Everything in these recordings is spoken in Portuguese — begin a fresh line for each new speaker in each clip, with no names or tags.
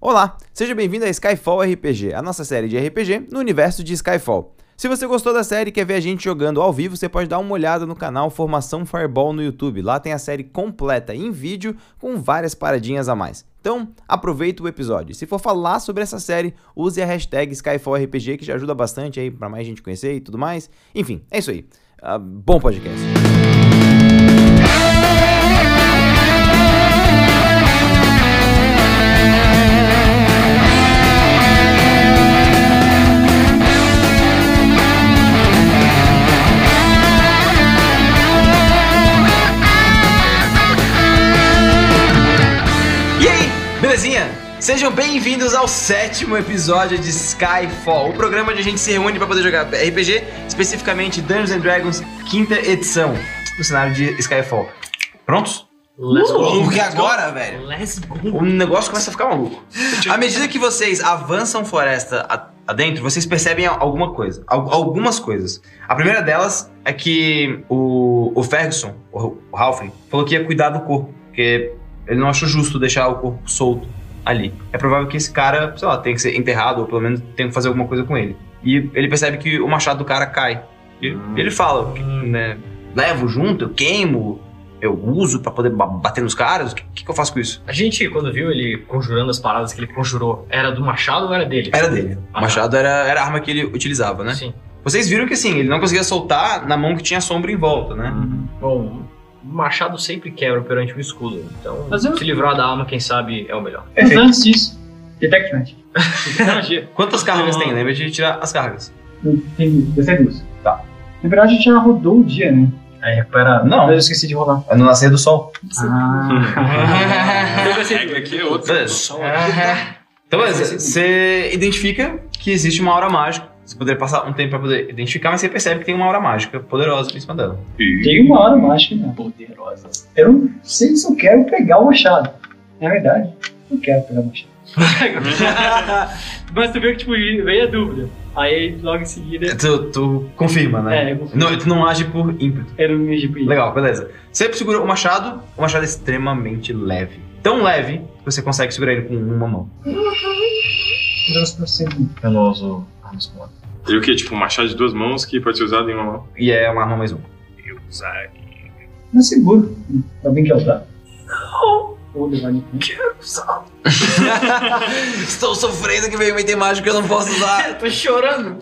Olá, seja bem-vindo a Skyfall RPG, a nossa série de RPG no universo de Skyfall. Se você gostou da série e quer ver a gente jogando ao vivo, você pode dar uma olhada no canal Formação Fireball no YouTube. Lá tem a série completa em vídeo com várias paradinhas a mais. Então, aproveita o episódio. Se for falar sobre essa série, use a hashtag SkyfallRPG que já ajuda bastante aí para mais gente conhecer e tudo mais. Enfim, é isso aí. Ah, bom podcast.
E aí, belezinha? Sejam bem-vindos ao sétimo episódio de Skyfall, o programa onde a gente se reúne para poder jogar RPG, especificamente Dungeons and Dragons, quinta edição, no cenário de Skyfall. Prontos?
Let's go.
Porque agora, velho,
Let's go.
o negócio começa a ficar maluco. À medida que vocês avançam floresta a- adentro, vocês percebem al- alguma coisa, al- algumas coisas. A primeira delas é que o, o Ferguson, o, o Halfling, falou que ia cuidar do corpo, porque ele não achou justo deixar o corpo solto ali. É provável que esse cara, sei lá, tenha que ser enterrado, ou pelo menos tenha que fazer alguma coisa com ele. E ele percebe que o machado do cara cai. E ele fala, né, levo junto, eu queimo, eu uso pra poder ba- bater nos caras, o que- que que eu faço com isso?
A gente, quando viu ele conjurando as paradas que ele conjurou, era do machado ou era dele?
Era dele. O
Ah.
machado era, era a arma que ele utilizava, né?
Sim.
Vocês viram que assim, ele não conseguia soltar na mão que tinha sombra em volta, né?
Bom, o machado sempre quebra perante o escudo. Então,
Mas eu-
se livrar da arma, quem sabe, é o melhor.
Mas antes disso, Detect Magic.
Magia.
Quantas cargas
Ah.
tem? Lembra de tirar as cargas.
Tem 17 duas. Tá. Na verdade, a gente já rodou o dia, né?
Aí recupera.
Não.
Eu esqueci de rolar.
É no nascer do sol.
Ah. Eu pensei-
aqui é outro.
Beleza. Então, beleza. Você identifica que existe uma aura mágica. Você poderia passar um tempo pra poder identificar, mas você percebe que tem uma aura mágica poderosa em cima dela.
Tem uma hora mágica, né?
Poderosa.
Eu não sei se eu quero pegar o machado. Na verdade, eu quero pegar o machado.
Mas tu viu que, tipo, veio a dúvida. Aí, logo em seguida, é,
Tu, tu confirma, né?
eu vou...
Não, tu não age por ímpeto.
Era um Ninja
Legal, beleza. Você segura o machado, o machado é extremamente leve. Tão leve que você consegue segurar ele com uma mão.
Deus pra sempre.
Eu não uso armas com arma.
Tem o quê? Tipo, um machado de duas mãos que pode ser usado em uma mão.
E é uma arma mais uma.
Não é seguro. Alguém quer usar? Não. Vou levar ele.
Estou sofrendo que veio um item mágico que eu não posso usar.
Tô chorando.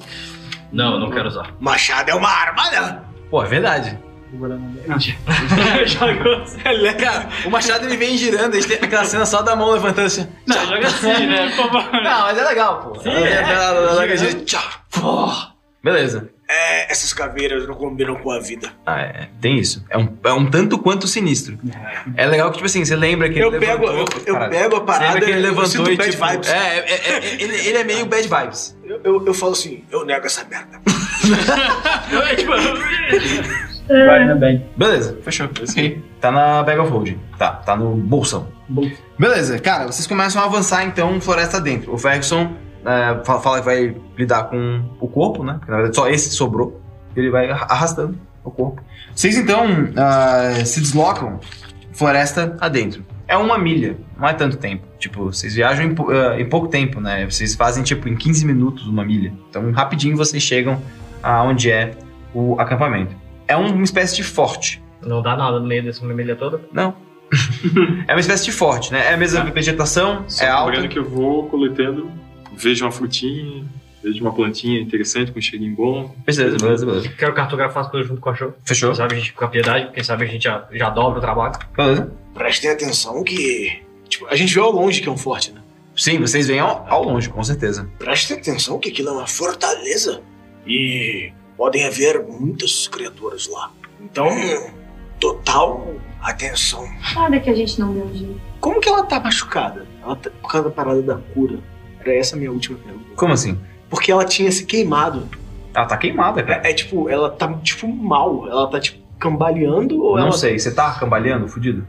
Não, eu não quero usar.
Machado é uma arma,
Pô, é verdade.
Vou guardar na minha.
Joga
É
Cara, o machado ele vem girando, a gente tem aquela cena só da mão levantando assim.
Não, joga assim, né? Por favor.
Não, mas é legal, pô.
Sim, é.
tá
não. Tchau.
Beleza.
É, essas caveiras não combinam com a vida.
Ah, é. Tem isso. É um, é um tanto quanto sinistro. É legal que, tipo assim, você lembra que
Eu
ele
pego, eu,
levantou.
eu
Caralho.
pego a
Você
parada
lembra que ele
eu sinto
levantou e
bad
tipo.
vibes.
É, é, é, é, ele, ele é meio bad vibes.
Eu, eu, eu falo assim, eu nego essa merda.
Eu, tipo,
Guarda na bag.
Beleza.
Fechou.
Ok. Tá na bag of holding. Tá, tá no bolsão.
Bolso.
Beleza, cara, vocês começam a avançar então floresta dentro. O Ferguson é, fa- fala que vai lidar com o corpo, né? Porque na verdade só esse sobrou. Ele vai arra- arrastando o corpo. Vocês então ah, se deslocam floresta adentro. É uma milha, não é tanto tempo. Tipo, vocês viajam em, pou- ah, em pouco tempo, né? Vocês fazem tipo em 15 minutos uma milha. Então rapidinho vocês chegam aonde é o acampamento. É uma espécie de forte.
Não dá nada no meio dessa família toda.
Não. é uma espécie de forte, né? É a mesma
Tá.
vegetação,
Só
é alta.
lembrando que eu vou coletando, vejo uma frutinha, vejo uma plantinha interessante com um cheirinho bom.
Beleza, beleza, beleza.
Quero cartografar as coisas junto com o cachorro.
Fechou?
Quem
Tá.
sabe a gente com a piedade, quem sabe a gente já, já dobra o trabalho.
Beleza.
Prestem atenção que. Tipo, a gente vê ao longe que é um forte, né?
Sim, vocês vêm ao, ao longe, com certeza.
Prestem atenção que aquilo é uma fortaleza. E podem haver muitas criaturas lá. Então, total atenção.
Nada que a gente não deu um jeito.
Como que ela tá machucada? Ela tá, por causa da parada da cura. Era essa a minha última pergunta.
Como assim?
Porque ela tinha se queimado.
Ela tá queimada, cara.
É, é, tipo, ela tá tipo mal. Ela tá tipo cambaleando ou
não
ela.
sei, você tá cambaleando, fudido?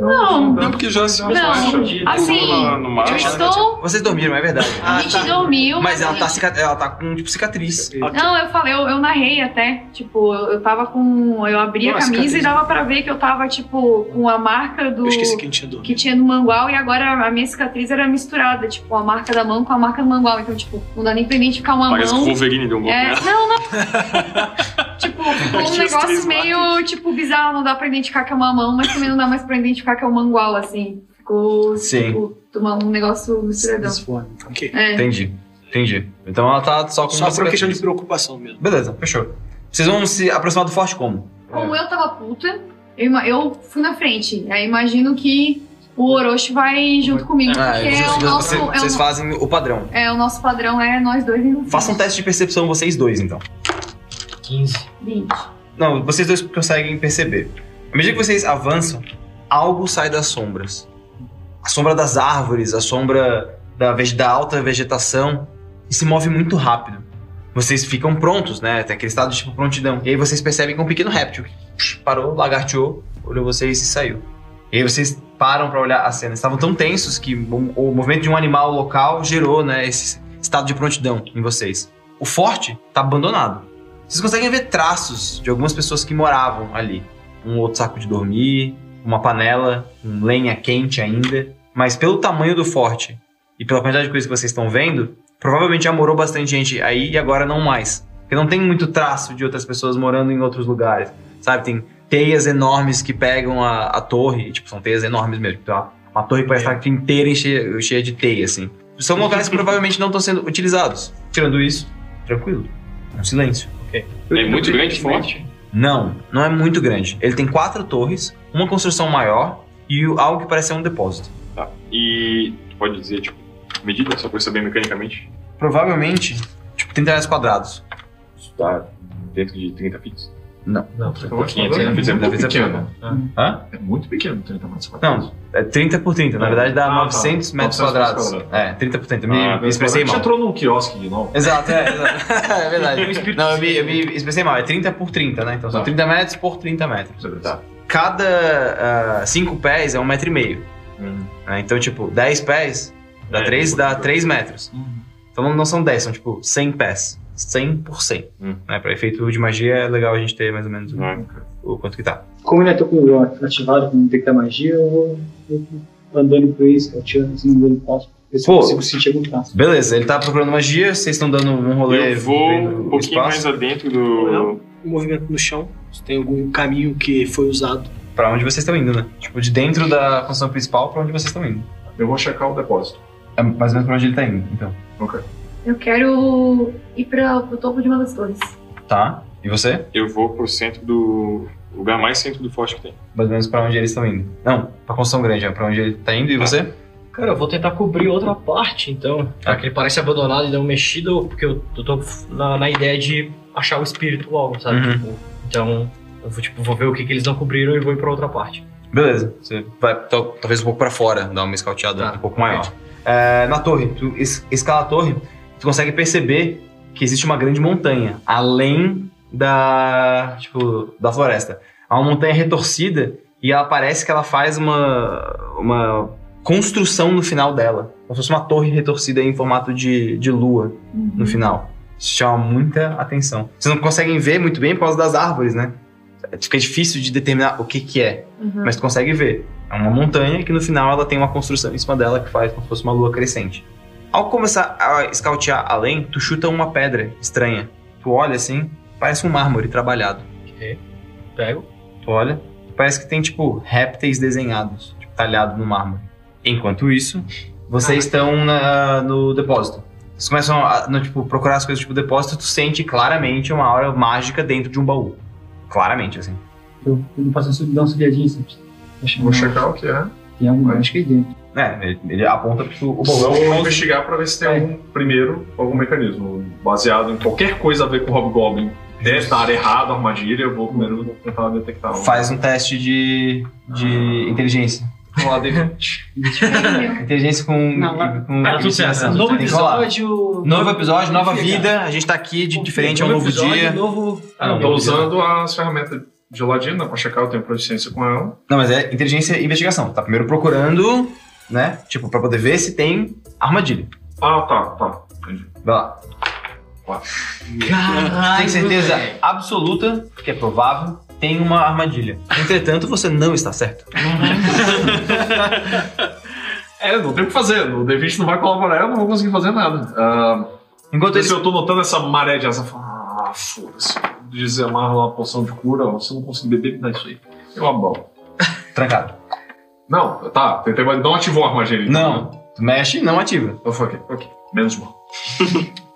Não,
Não, porque já se
Não,
baixa.
assim,
Pula no mar. né?
eu estou.
Vocês dormiram, é verdade.
Ah, tá.
A gente dormiu,
Mas
mas.
ela tá,
assim-
cica- ela tá com, tipo,
É.
cicatriz.
Não, eu falei, eu, eu narrei até. Tipo, eu, eu tava com. Eu abri a
Nossa,
camisa e
cara.
dava pra ver que eu tava, tipo, com a marca do.
Eu esqueci quem tinha dor.
que tinha no mangual e agora a minha cicatriz era misturada, tipo, a marca da mão com a marca do mangual. Então, tipo, não dá nem pra identificar uma
Parece que o
mão.
Wolverine deu um golpe
É,
né?
nela.
não, não. tipo, ficou um
Tinha os três
negócio meio, tipo, bizarro. Não dá pra identificar que é uma mão, mas também não dá mais pra identificar que é um mangual, assim. Ficou,
Sim.
tipo, uma- um negócio misturadão.
Ok.
É.
Entendi. Entendi. Então ela tá só com
Só
uma
por uma questão de
cicatriz.
preocupação mesmo.
Beleza, fechou. Vocês vão se aproximar do forte como?
Como eu tava puta, eu, ima- eu fui na frente. Aí imagino que o Orochi vai junto comigo,
Ah,
porque é,
justo,
o nosso,
você-
é,
vocês
o,
fazem o padrão.
é o nosso padrão, é nós dois e
Façam um teste de percepção vocês dois, então.
15.
20.
Não, vocês dois conseguem perceber. À medida que vocês avançam, algo sai das sombras. A sombra das árvores, a sombra da, vege- da alta vegetação, e se move muito rápido. Vocês ficam prontos, né? Tem aquele estado de tipo prontidão. E aí vocês percebem que é um pequeno réptil que psh, parou, lagarteou, olhou vocês e saiu. E aí vocês param pra olhar a cena. Estavam tão tensos que o o movimento de um animal local gerou, né, esse estado de prontidão em vocês. O forte tá abandonado. Vocês conseguem ver traços de algumas pessoas que moravam ali. Um outro saco de dormir, uma panela, um lenha quente ainda. Mas pelo tamanho do forte e pela quantidade de coisas que vocês estão vendo, provavelmente já morou bastante gente aí e agora não mais. Porque não tem muito traço de outras pessoas morando em outros lugares. Sabe, tem teias enormes que pegam a, a torre. e, Tipo, são teias enormes mesmo. Então, uma, uma torre que parece estar inteira enche- cheia de teia, assim. São locais que provavelmente não estão sendo utilizados. Tirando isso, tranquilo. Um silêncio.
É muito grande e forte.
Não, não é muito grande. Ele tem quatro torres, uma construção maior e o- algo que parece ser um depósito.
Tá. E tu pode dizer, tipo, medida, só pra eu saber mecanicamente.
Provavelmente, tipo, 30 metros quadrados.
Isso dá
tá
dentro de 30 fits.
Não, né?
Ou 500 fits é
Deve
muito
ser
pequeno.
Hã?
É muito pequeno 30 metros quadrados.
Não, é 30 por 30. Na verdade dá
Ah, tá.
900 metros
900
quadrados.
quadrados.
É, 30 por 30. Eu
Ah,
me, me expressei
Você
mal.
entrou num quiosque de novo.
Exato, é, exato. é
um
verdade. Não, eu me, eu me expressei mal. É 30 por 30, né? Então são
assim, né? Tá.
30 metros por 30 metros.
Tá.
Cada 5 pés é um metro e meio. né? Então, tipo, 10 pés dá
Hum. É, Uhum.
3
tipo,
dá três metros. Então não- não são 10, são tipo 100 pés. 100 por 100.
Hum.
Né? Pra efeito de magia é legal a gente ter mais ou menos o-
Ah,
o quanto que tá.
Como ainda tô com o ativado, com detectar magia, eu vou eu vou andando por isso, atirando assim, andando fácil. Ver se eu
Pô.
consigo sentir algum traço.
Beleza, ele tá procurando magia, vocês estão dando um rolê.
Eu vou
vendo
um
o
pouquinho mais adentro do.
O
Um
movimento no chão, se tem algum caminho que foi usado.
Pra onde vocês estão indo, né? Tipo, de dentro da construção principal pra onde vocês estão indo.
Eu vou checar o depósito.
É mais ou menos pra onde ele tá indo, então.
Eu quero ir pra, pro topo de uma das torres.
Tá. E você?
Eu vou pro centro do. Lugar mais centro do forte que tem.
Mais ou menos pra onde eles estão indo. Não, pra construção grande, é pra onde ele tá indo. E você?
Cara, eu vou tentar cobrir outra parte, então. Já que ele parece abandonado e dá uma mexida, ou- porque eu eu tô na, na ideia de achar o espírito logo, sabe?
Uhum.
Tipo, então, eu vou, tipo, vou ver o que, que eles não cobriram e vou ir pra outra parte.
Beleza. Você vai tal- talvez um pouco pra fora, dar uma escalteada
Tá.
um pouco maior. É, na torre, tu es- escala a torre, tu consegue perceber que existe uma grande montanha, além da, tipo, da floresta. Há uma montanha retorcida e ela parece que ela faz uma, uma construção no final dela. Como se fosse uma torre retorcida em formato de, de lua
Hum.
no final. Isso chama muita atenção. Vocês não conseguem ver muito bem por causa das árvores, né? Fica difícil de determinar o que que é
Uhum.
mas tu consegue ver. É uma montanha que no final ela tem uma construção em cima dela que faz como se fosse uma lua crescente. Ao começar a escautear além, tu chuta uma pedra estranha. Tu olha assim, parece um mármore trabalhado.
Pego.
Tu olha, parece que tem tipo répteis desenhados, tipo, talhado no mármore. Enquanto isso, vocês estão na- no depósito. Vocês começam a no, tipo, procurar as coisas tipo depósito, tu sente claramente uma aura mágica dentro de um baú. Claramente, assim.
Eu, eu não faço isso, dá uma olhadinha assim. Deixa eu
Vou
ver.
checar o que é.
Tem algum, acho que é dentro.
É, ele, ele aponta pro o baú. é um É.
Vou
baúzinho.
investigar pra ver se tem algum, primeiro, algum mecanismo baseado em qualquer coisa a ver com o Hobgoblin. Deve estar errado, armadilha, eu vou primeiro tentar detectar. um.
Faz um teste de, de inteligência.
Vamos lá, D20.
Inteligência com.
Não, lá-
com
Tá tudo certo,
investigação.
né?
Tem que rolar. Novo episódio, nova
Confia,
vida. A gente tá aqui de diferente, é um novo
episódio,
dia.
Novo...
Ah, não, tô usando as ferramentas de ladinho, dá pra checar, eu tenho proficiência com ela.
Não, mas é inteligência e investigação. Tá primeiro procurando, né? Tipo, pra poder ver se tem armadilha.
Ah, tá, tá. Entendi.
Vai lá.
Caralho.
Tem certeza
velho.
absoluta, que é provável, tem uma armadilha. Entretanto, você não está certo.
É, não tem o que fazer. O D20 não vai colaborar, eu não vou conseguir fazer nada. Ah,
Enquanto
se
isso,
eu tô notando essa maré de asa, eu falo, ah, foda-se. Desamarra lá a poção de cura, ó, se eu não conseguir beber, me dá isso aí. Eu abalo.
trancado.
Não, tá, tentei, mas não ativou a armadilha. então, né?
Não. Tu mexe, não ativa.
Eu falei, ok, ok. Menos mal.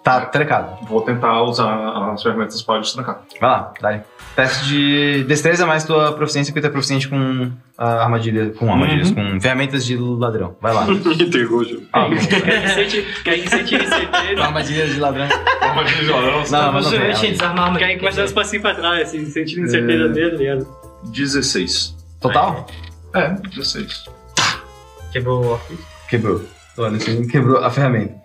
Tá trancado.
Vou tentar usar as ferramentas para destrancar.
Vai lá, dá Teste de destreza mais tua proficiência, porque tu é proficiente com ah, armadilha, com armadilhas,
Uhum.
com ferramentas de ladrão. Vai lá.
Entregou o jogo.
Ah, bom.
Quer que sente- Quer que sente certeza?
armadilhas de ladrão.
Armadilha de ladrão,
Tá,
Não, mas não tem.
Gente,
armadilha.
desarmar a armadilha.
Quer que mais dá uns passinhos pra trás, assim, sentindo certeza dele, tá ligado?
16.
Total?
É, 16.
Quebrou o office.
Quebrou. Olha, você quebrou a ferramenta.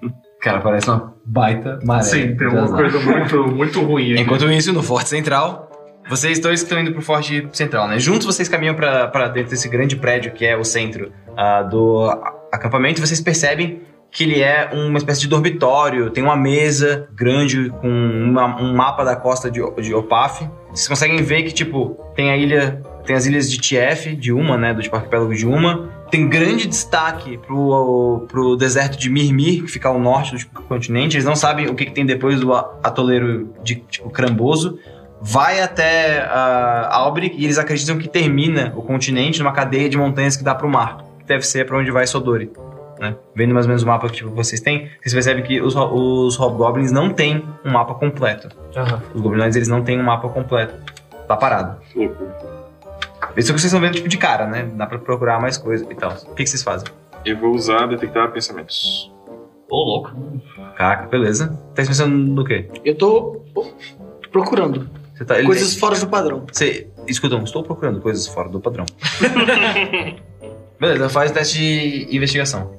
Cara, parece uma baita maré.
Sim, tem um
de
uma
azar.
coisa muito, muito ruim aqui.
Ah, é. Enquanto isso, no Forte Central, vocês dois estão indo pro Forte Central, né? Juntos vocês caminham pra pra dentro desse grande prédio que é o centro ah, do a- acampamento e vocês percebem que ele é uma espécie de dormitório, tem uma mesa grande com uma- um mapa da costa de, O- de Opaf. Vocês conseguem ver que, tipo, tem a ilha, tem as ilhas de Tief, de uma, né, do tipo, arquipélago de uma. Tem grande destaque pro, pro deserto de Mirmir, que fica ao norte do tipo, continente. Eles não sabem o que, que tem depois do a- atoleiro de, tipo, Cramboso. Vai até ah, Albric e eles acreditam que termina o continente numa cadeia de montanhas que dá pro mar. que Deve ser pra onde vai Sodori, né? Vendo mais ou menos o mapa que tipo, vocês têm, vocês percebem que os, ro- os Hobgoblins não têm um mapa completo. Os goblinoides, eles não têm um mapa completo. Tá parado.
Louco.
Isso é o que vocês estão vendo, tipo, de cara, né? Dá pra procurar mais coisa e tal. O que, que vocês fazem?
Eu vou usar detectar pensamentos.
Ô, louco.
Caraca, beleza. Tá pensando no quê?
Eu tô procurando
Você tá... ele-
coisas fora do padrão.
Você... Escutam, estou procurando coisas fora do padrão. beleza, faz o teste de investigação.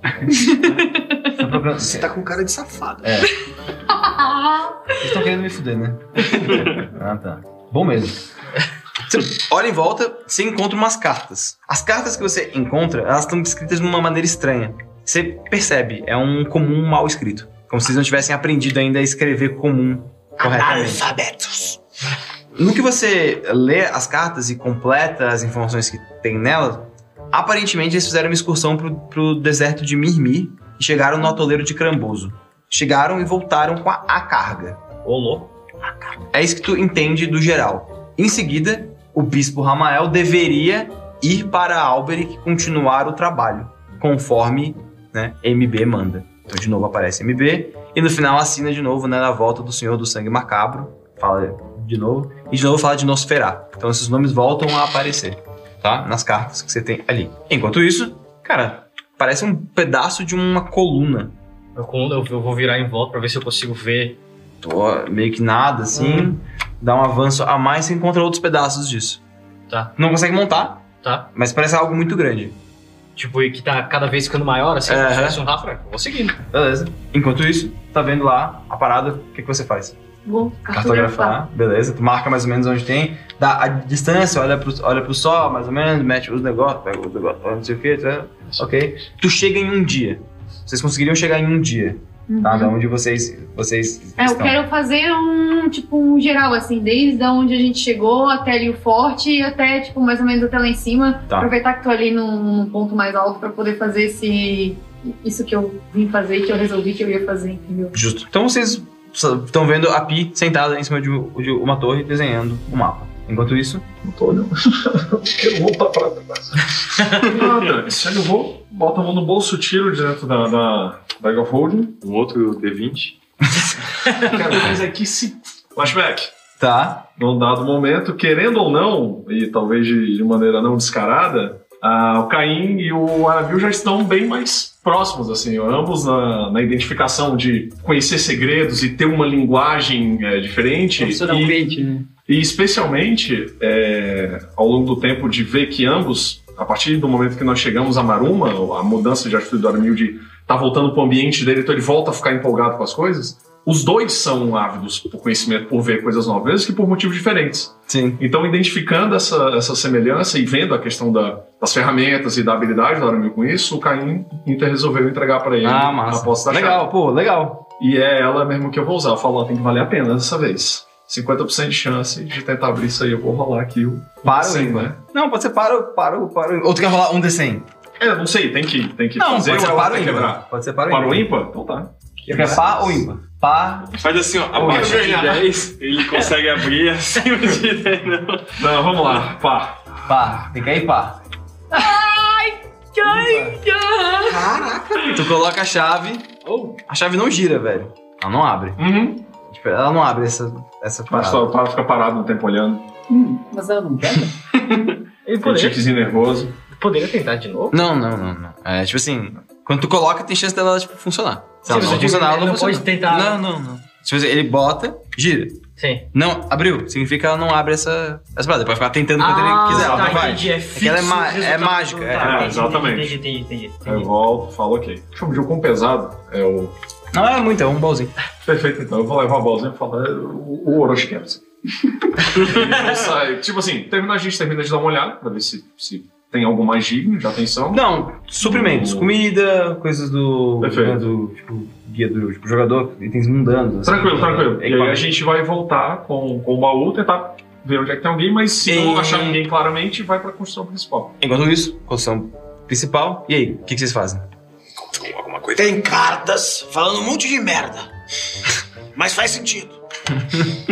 Tá procurando...
Você
Vocês
tá com cara de safado.
estão querendo me fuder, né? ah, tá. Bom mesmo. olha em volta, você encontra umas cartas. As cartas que você encontra, elas estão escritas de uma maneira estranha. Você percebe, é um comum mal escrito. Como se vocês não tivessem aprendido ainda a escrever comum corretamente.
Analfabetos.
No que você lê as cartas e completa as informações que tem nelas, aparentemente eles fizeram uma excursão pro, pro deserto de Mirmir e chegaram no atoleiro de Cramboso. Chegaram e voltaram com a, a carga.
Ô, louco.
É isso que tu entende do geral. Em seguida, o bispo Ramael deveria ir para Alberic continuar o trabalho, conforme né, MB manda. Então, de novo aparece MB, e no final assina de novo né, na volta do Senhor do Sangue Macabro, fala de novo, e de novo fala de Nosferá. Então, esses nomes voltam a aparecer, tá? Nas cartas que você tem ali. Enquanto isso, cara, parece um pedaço de uma coluna.
Eu, quando eu, eu vou virar em volta pra ver se eu consigo ver.
Ó, meio que nada, assim. Dá um avanço a mais, você encontra outros pedaços disso.
Tá.
Não consegue montar,
Tá?
mas parece algo muito grande.
Tipo, e que tá cada vez ficando maior, assim.
Aham.
Como se fosse um Rafa. eu Vou seguindo.
Beleza. Enquanto isso, tá vendo lá a parada, o que, que você faz?
Vou cartografar.
Beleza, tu marca mais ou menos onde tem, dá a distância, olha pro, olha pro sol mais ou menos, mete os negócios, pega os negócios, não sei o que, tá? ok. Tu chega em um dia. Vocês conseguiriam chegar em um dia, tá? Da onde vocês, vocês
Uhum. É, eu
estão.
quero fazer um, tipo, um geral, assim, desde onde a gente chegou até ali o forte e até, tipo, mais ou menos até lá em cima.
Tá.
Aproveitar que tô ali num, num ponto mais alto pra poder fazer esse... Isso que eu vim fazer, que eu resolvi que eu ia fazer, entendeu?
Justo. Então vocês estão vendo a Pi sentada em cima de, u- de uma torre desenhando o mapa. Enquanto isso,
Não tô olhando. Eu vou pra pra trás.
Nada. Se eu vou, bota a mão no bolso, tiro de dentro da, da, da Bag of Holding.
Um outro D20.
Cara, mas aqui se. Flashback.
tá.
Num dado momento, querendo ou não, e talvez de, de maneira não descarada, ah, o Caim e o Arabil já estão bem mais próximos, assim, ambos na, na identificação de conhecer segredos e ter uma linguagem eh, diferente.
um
E-
Profissionalmente, né?
E especialmente é, ao longo do tempo de ver que ambos, a partir do momento que nós chegamos a Maruma, a mudança de atitude do Armil de tá voltando pro ambiente dele, então ele volta a ficar empolgado com as coisas, os dois são ávidos por conhecimento, por ver coisas novas, mesmo que por motivos diferentes.
Sim.
Então, identificando essa, essa semelhança e vendo a questão da- das ferramentas e da habilidade do Aramil com isso, o Caim Inter resolveu entregar pra ele
Ah,
a
massa.
posse da chave.
legal, pô, legal.
E é ela mesmo que eu vou usar. Eu falo, ó, tem que valer a pena dessa vez. 50% de chance de tentar abrir isso aí. Eu vou rolar aqui o.
Para o
Sim,
ímpar.
né?
Não, pode ser para o. Para o. Para o... Ou tu quer rolar um D100?
É, não sei, tem que, tem que
Não,
fazer
pode ser
Tipo, ou ela
para o
tem que
ímpar.
quebrar.
Pode ser para o
né? Para o
ímpar.
ímpar? Então tá.
Tu quer par ou ímpar? Par.
Faz assim, ó,
Ô,
abaixo de
ganhar.
10, ele consegue abrir acima de né? 10, não.
Não, vamos lá. Pá.
Par. Tem que ir par. Caraca, tu coloca a chave. A chave não gira, velho. Ela não abre.
Uhum.
Tipo, Ela não abre essa, essa
Mas
parada.
só para ficar parado um tempo olhando.
Mas ela não pega? Ele
Um
poderia,
tiquezinho nervoso.
poderia tentar de novo?
Não, não, não, não. É tipo assim, quando tu coloca, tem chance dela tipo, funcionar. Se ela
Sim,
não
mas eu digo,
funcionar, ela
ele
não
não pode
funciona.
tentar-
Não, não, não. Se você- ele bota, gira.
Sim.
Não, abriu. Significa que ela não abre essa, essa parada. Pode ficar tentando quando
Ah,
ele quiser. Ela
tá,
não vai.
entendi. É fixo.
ela é ma- é
resultado.
mágica, é,
Tá, entendi,
exatamente.
Entendi, entendi, entendi. entendi.
Aí eu volto, falo ok. Deixa eu medir o quão pesado é o.
Não é muito, é um bolzinho.
Perfeito, então. Eu vou levar a bolsinha e falar. é, O o Orochi quebra. Ele sai. assim." Tipo assim, termina, a gente termina de dar uma olhada pra ver se, se tem algum mais digno de atenção.
Não, suprimentos, comida, coisas do.
Perfeito.
né, do tipo, guia do tipo, jogador, itens mundanos. assim.
Tranquilo,
É
tranquilo. E aí a
Equipamento.
gente vai voltar com, com o baú, tentar ver onde é que tem alguém, mas se
E-
não achar
É.
ninguém claramente, vai pra construção principal.
Enquanto isso, construção principal. E aí, o que, que vocês fazem?
Tem alguma coisa. Tem cartas falando um monte de merda. Mas faz sentido.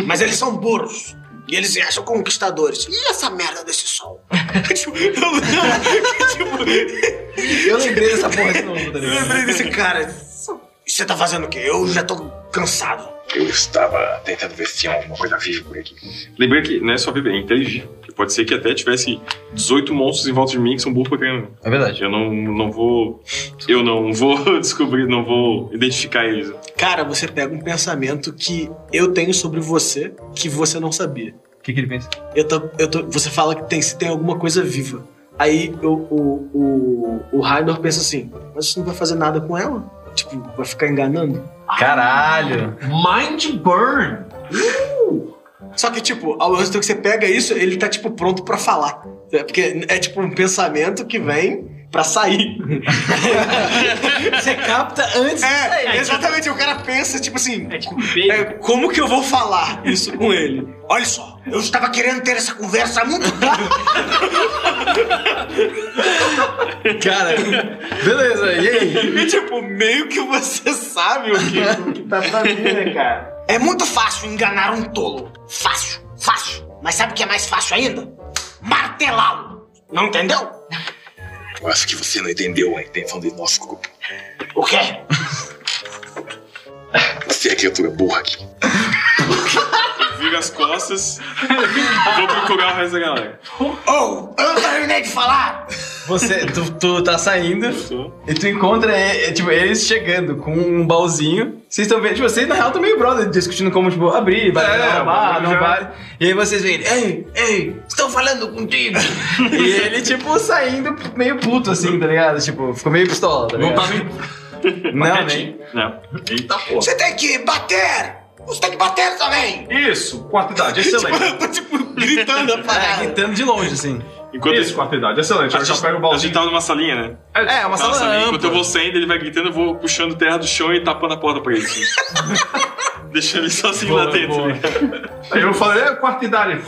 Mas eles são burros. E eles se acham conquistadores. E essa merda desse sol? tipo, eu,
Eu lembrei dessa porra de novo, tá
eu lembrei desse cara. E Você tá fazendo o quê? Eu já tô cansado.
Eu estava tentando ver se tinha alguma coisa viva por aqui.
Lembrei que não é só viver, é inteligir. Porque pode ser que até tivesse 18 monstros em volta de mim que são burros pra caramba.
É verdade.
Eu não, não vou. Eu não vou descobrir, não vou identificar eles.
Cara, você pega um pensamento que eu tenho sobre você que você não sabia.
O que, que ele pensa?
Eu tô, eu tô, você fala que tem, se tem alguma coisa viva. Aí eu- o, o, o Rainor pensa assim, mas você não vai fazer nada com ela? Tipo, vai ficar enganando?
Caralho!
Mind Burn!
Só que, tipo, ao mesmo tempo que você pega isso, ele tá, tipo, pronto pra falar. É porque é, tipo, um pensamento que vem pra sair.
Você capta antes de sair.
É, exatamente. O cara pensa, tipo assim,
É tipo
É,
bacon.
como que eu vou falar isso com ele? Olha só, eu estava querendo ter essa conversa há muito tempo.
Cara, beleza, e aí?
E tipo, meio que você sabe o que, o que tá pra mim, né, cara? É muito fácil enganar um tolo. Fácil, fácil. Mas sabe o que é mais fácil ainda? Martelá-lo. Não entendeu?
Eu acho que você não entendeu a intenção do nosso grupo.
O quê?
Você é criatura burra aqui.
Vira as costas, vou procurar o resto da galera.
Oh, eu não terminei de falar.
Você, tu, tu tá saindo
Eu sou.
e tu encontra é, é, tipo, eles chegando com um baúzinho. Vocês estão vendo, tipo, vocês na real estão meio brother discutindo como, tipo, abrir, vai
É,
não, vá,
o bagulho
não
já-
vale. um E aí vocês veem, ele, ei, ei, estão falando contigo. e ele, tipo, saindo meio puto assim, tá ligado? Tipo, ficou meio pistola, tá
Não
ligado?
tá nem.
Não, nem.
quietinho.
Não.
Tá,
Eita porra!
Você tem que bater. Você tem que bater também.
Isso, quarta idade, excelente.
Eu tô, tipo, gritando a
É,
parada.
gritando de longe, assim.
Enquanto
Isso, quarta idade, excelente. Eu
a
já
gente,
pego o
a gente
balzinho.
tava numa salinha, né?
É, uma
Tava
sala
na salinha, enquanto
ampla.
eu vou saindo, ele vai gritando, eu vou puxando terra do chão e tapando a porta pra ele. assim. Deixando ele sozinho lá
Boa,
dentro.
boa.
né?
Aí eu falei, é quarta idade.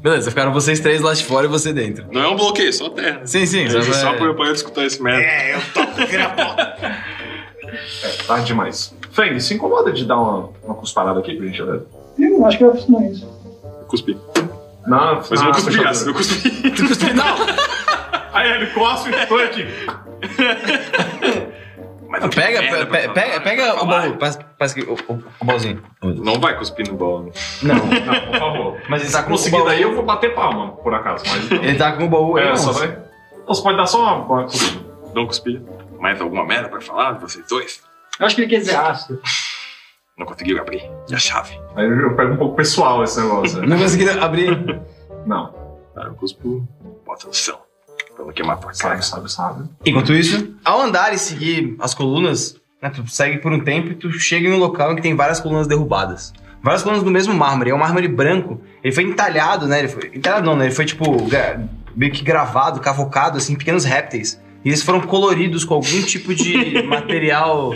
Beleza, ficaram vocês três lá de fora e você dentro.
Não é um bloqueio, só terra.
Sim, sim.
Só,
pra-
só pra eu parar de escutar esse merda.
É, eu tô vira a porta.
É, tarde demais. Feng, se incomoda de dar uma, uma cusparada aqui pra gente né? ver?
Eu acho que eu não é isso.
Cuspi.
Na,
Mas eu
Ah,
na
não
tá
cuspi,
fechadura.
graças, eu cuspi.
tá Aí ele cospe e foi aqui.
Mas
Ah,
não tem
Pega,
merda
pe-
pra
pe-
falar,
pega,
pra
pega o
falar.
baú. Passa, passa aqui, o, o- o baúzinho.
Não vai cuspir no baú.
Não,
Não, por favor.
mas ele tá com o
Conseguindo
baú.
aí, eu vou bater palma, por acaso. Mas então.
Ele tá com o baú.
É,
não,
só vai. Então, Você pode dar só uma. uma-
Não cuspir. Mais alguma merda pra falar de vocês dois?
Eu acho que ele quer dizer "Ah, ácido.
Não conseguiram abrir. E a chave?
Aí eu pego um pouco pessoal esse negócio. né?
não conseguiram abrir.
Não.
Aí Ah, eu cuspo, bota no chão. Pra não queimar a tua cara.
Sabe, sabe, sabe.
Enquanto isso, ao andar e seguir as colunas, né, tu segue por um tempo e tu chega em um local em que tem várias colunas derrubadas. Várias colunas do mesmo mármore, é um mármore branco. Ele foi entalhado, né? Ele foi, entalhado não, né? Ele foi tipo gra- meio que gravado, cavocado, assim, em pequenos répteis. E eles foram coloridos com algum tipo de material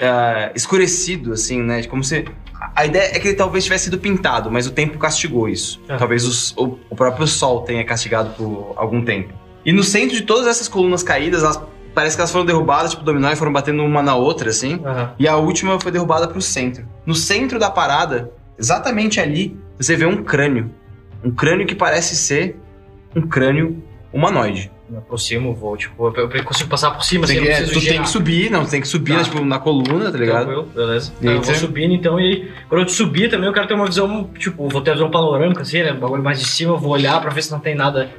ah, escurecido, assim, né? Como se. a- A ideia é que ele talvez tivesse sido pintado, mas o tempo castigou isso.
Ah.
Talvez os- o, o próprio sol tenha castigado por algum tempo. E no centro de todas essas colunas caídas, elas, parece que elas foram derrubadas, tipo dominó, e foram batendo uma na outra, assim.
Aham.
E a última foi derrubada pro centro. No centro da parada, exatamente ali, você vê um crânio. Um crânio que parece ser um crânio humanoide.
Me aproximo, vou, tipo, eu, eu consigo passar por cima,
Tem
assim,
que-
eu
é,
preciso
tu tem
girar.
que subir, não, tu tem que subir
Tá.
né, tipo, na coluna, tá ligado?
Tranquilo, beleza.
E
Tá,
aí
eu vou
você-
subindo então e quando eu subir também eu quero ter uma visão, tipo, vou ter uma visão panorâmica assim, né? Um bagulho mais de cima, vou olhar pra ver se não tem nada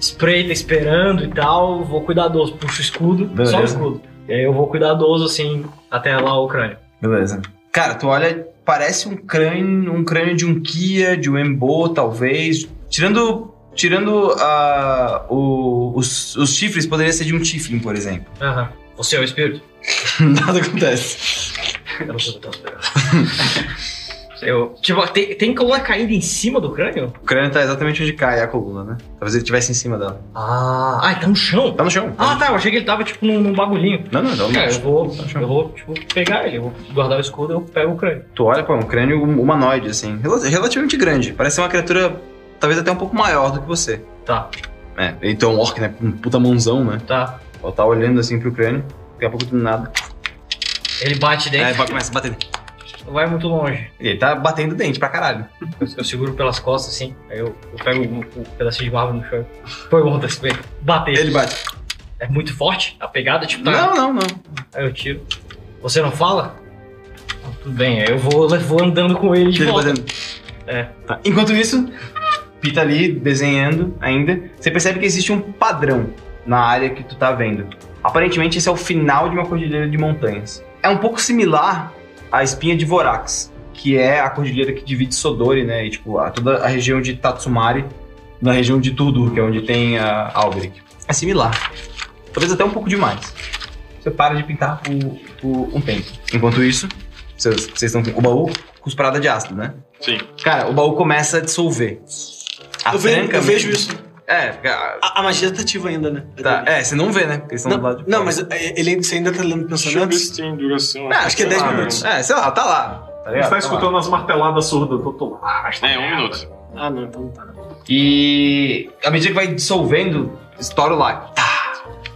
espreita, esperando e tal. Vou cuidadoso, puxo o escudo, só o
Beleza.
escudo. E aí eu vou cuidadoso assim até lá o crânio.
Beleza. Cara, tu olha, parece um crânio, um crânio de um Kia, de um Embo, talvez. Tirando, tirando ah, o- os, os chifres, poderia ser de um Tiflin, por exemplo.
Aham. Você é o espírito?
Nada acontece.
Eu não sou do teu espírito. Eu, tipo, tem, tem coluna caída em cima do crânio?
O crânio tá exatamente onde cai a coluna, né? Talvez ele estivesse em cima dela.
Ah, ah, tá no chão.
Tá no chão.
Ah, tá, eu achei que ele tava tipo num, num bagulhinho.
Não, não, não.
Cara, eu vou,
Tá
eu vou tipo, pegar ele, eu vou guardar o escudo eu pego o crânio.
Tu olha, pô, é um crânio humanoide, assim. rela- Relativamente grande. Parece ser uma criatura talvez até um pouco maior do que você.
Tá,
É, então um orc, né? Com um puta mãozão, né?
tá.
Ela tá olhando assim pro crânio. Daqui a pouco do nada.
Ele bate
É,
dentro,
começa a bater. É.
não vai muito longe.
Ele tá batendo dente pra caralho.
Eu, eu seguro pelas costas assim, aí eu, eu pego um, um pedacinho de mármore no chão. e Pergunta se ele assim, bater.
Ele bate.
É muito forte a pegada, tipo, tá.
Não, não, não.
Aí eu tiro. Você não fala? Ah, Tudo bem, aí eu vou, vou andando com ele de
Ele
volta.
batendo.
É.
Tá. Enquanto isso, Pita ali desenhando ainda. Você percebe que existe um padrão na área que tu tá vendo. Aparentemente, esse é o final de uma cordilheira de montanhas. É um pouco similar à espinha de Vorax, que é a cordilheira que divide Sodori, né? E tipo, a, toda a região de Tatsumari, na região de Turdur, que é onde tem a Alberic. É similar. Talvez até um pouco demais. Você para de pintar por, por um tempo. Enquanto isso, vocês vocês estão com o baú cusparada de ácido, né?
Sim.
Cara, o baú começa a dissolver. A
eu, vejo,
tranca
eu vejo
mesmo-
isso.
É, porque a-
A, a magia tá ativa ainda, né?
tá. É, você não vê, né? Porque eles estão
Não,
do lado de
não,
fora.
mas é, ele, você ainda tá lendo
Deixa eu ver
pensamentos?
se tem duração.
Ah, acho que é
Sei
10
lá,
minutos.
mano.
É, sei lá, tá lá. Tá
Ele
ligado?
está
Tá lá.
escutando as marteladas surdas do outro lado.
É, um minuto.
Ah, não, então não tá. não.
E à medida que vai dissolvendo, estoura o lá. Tá.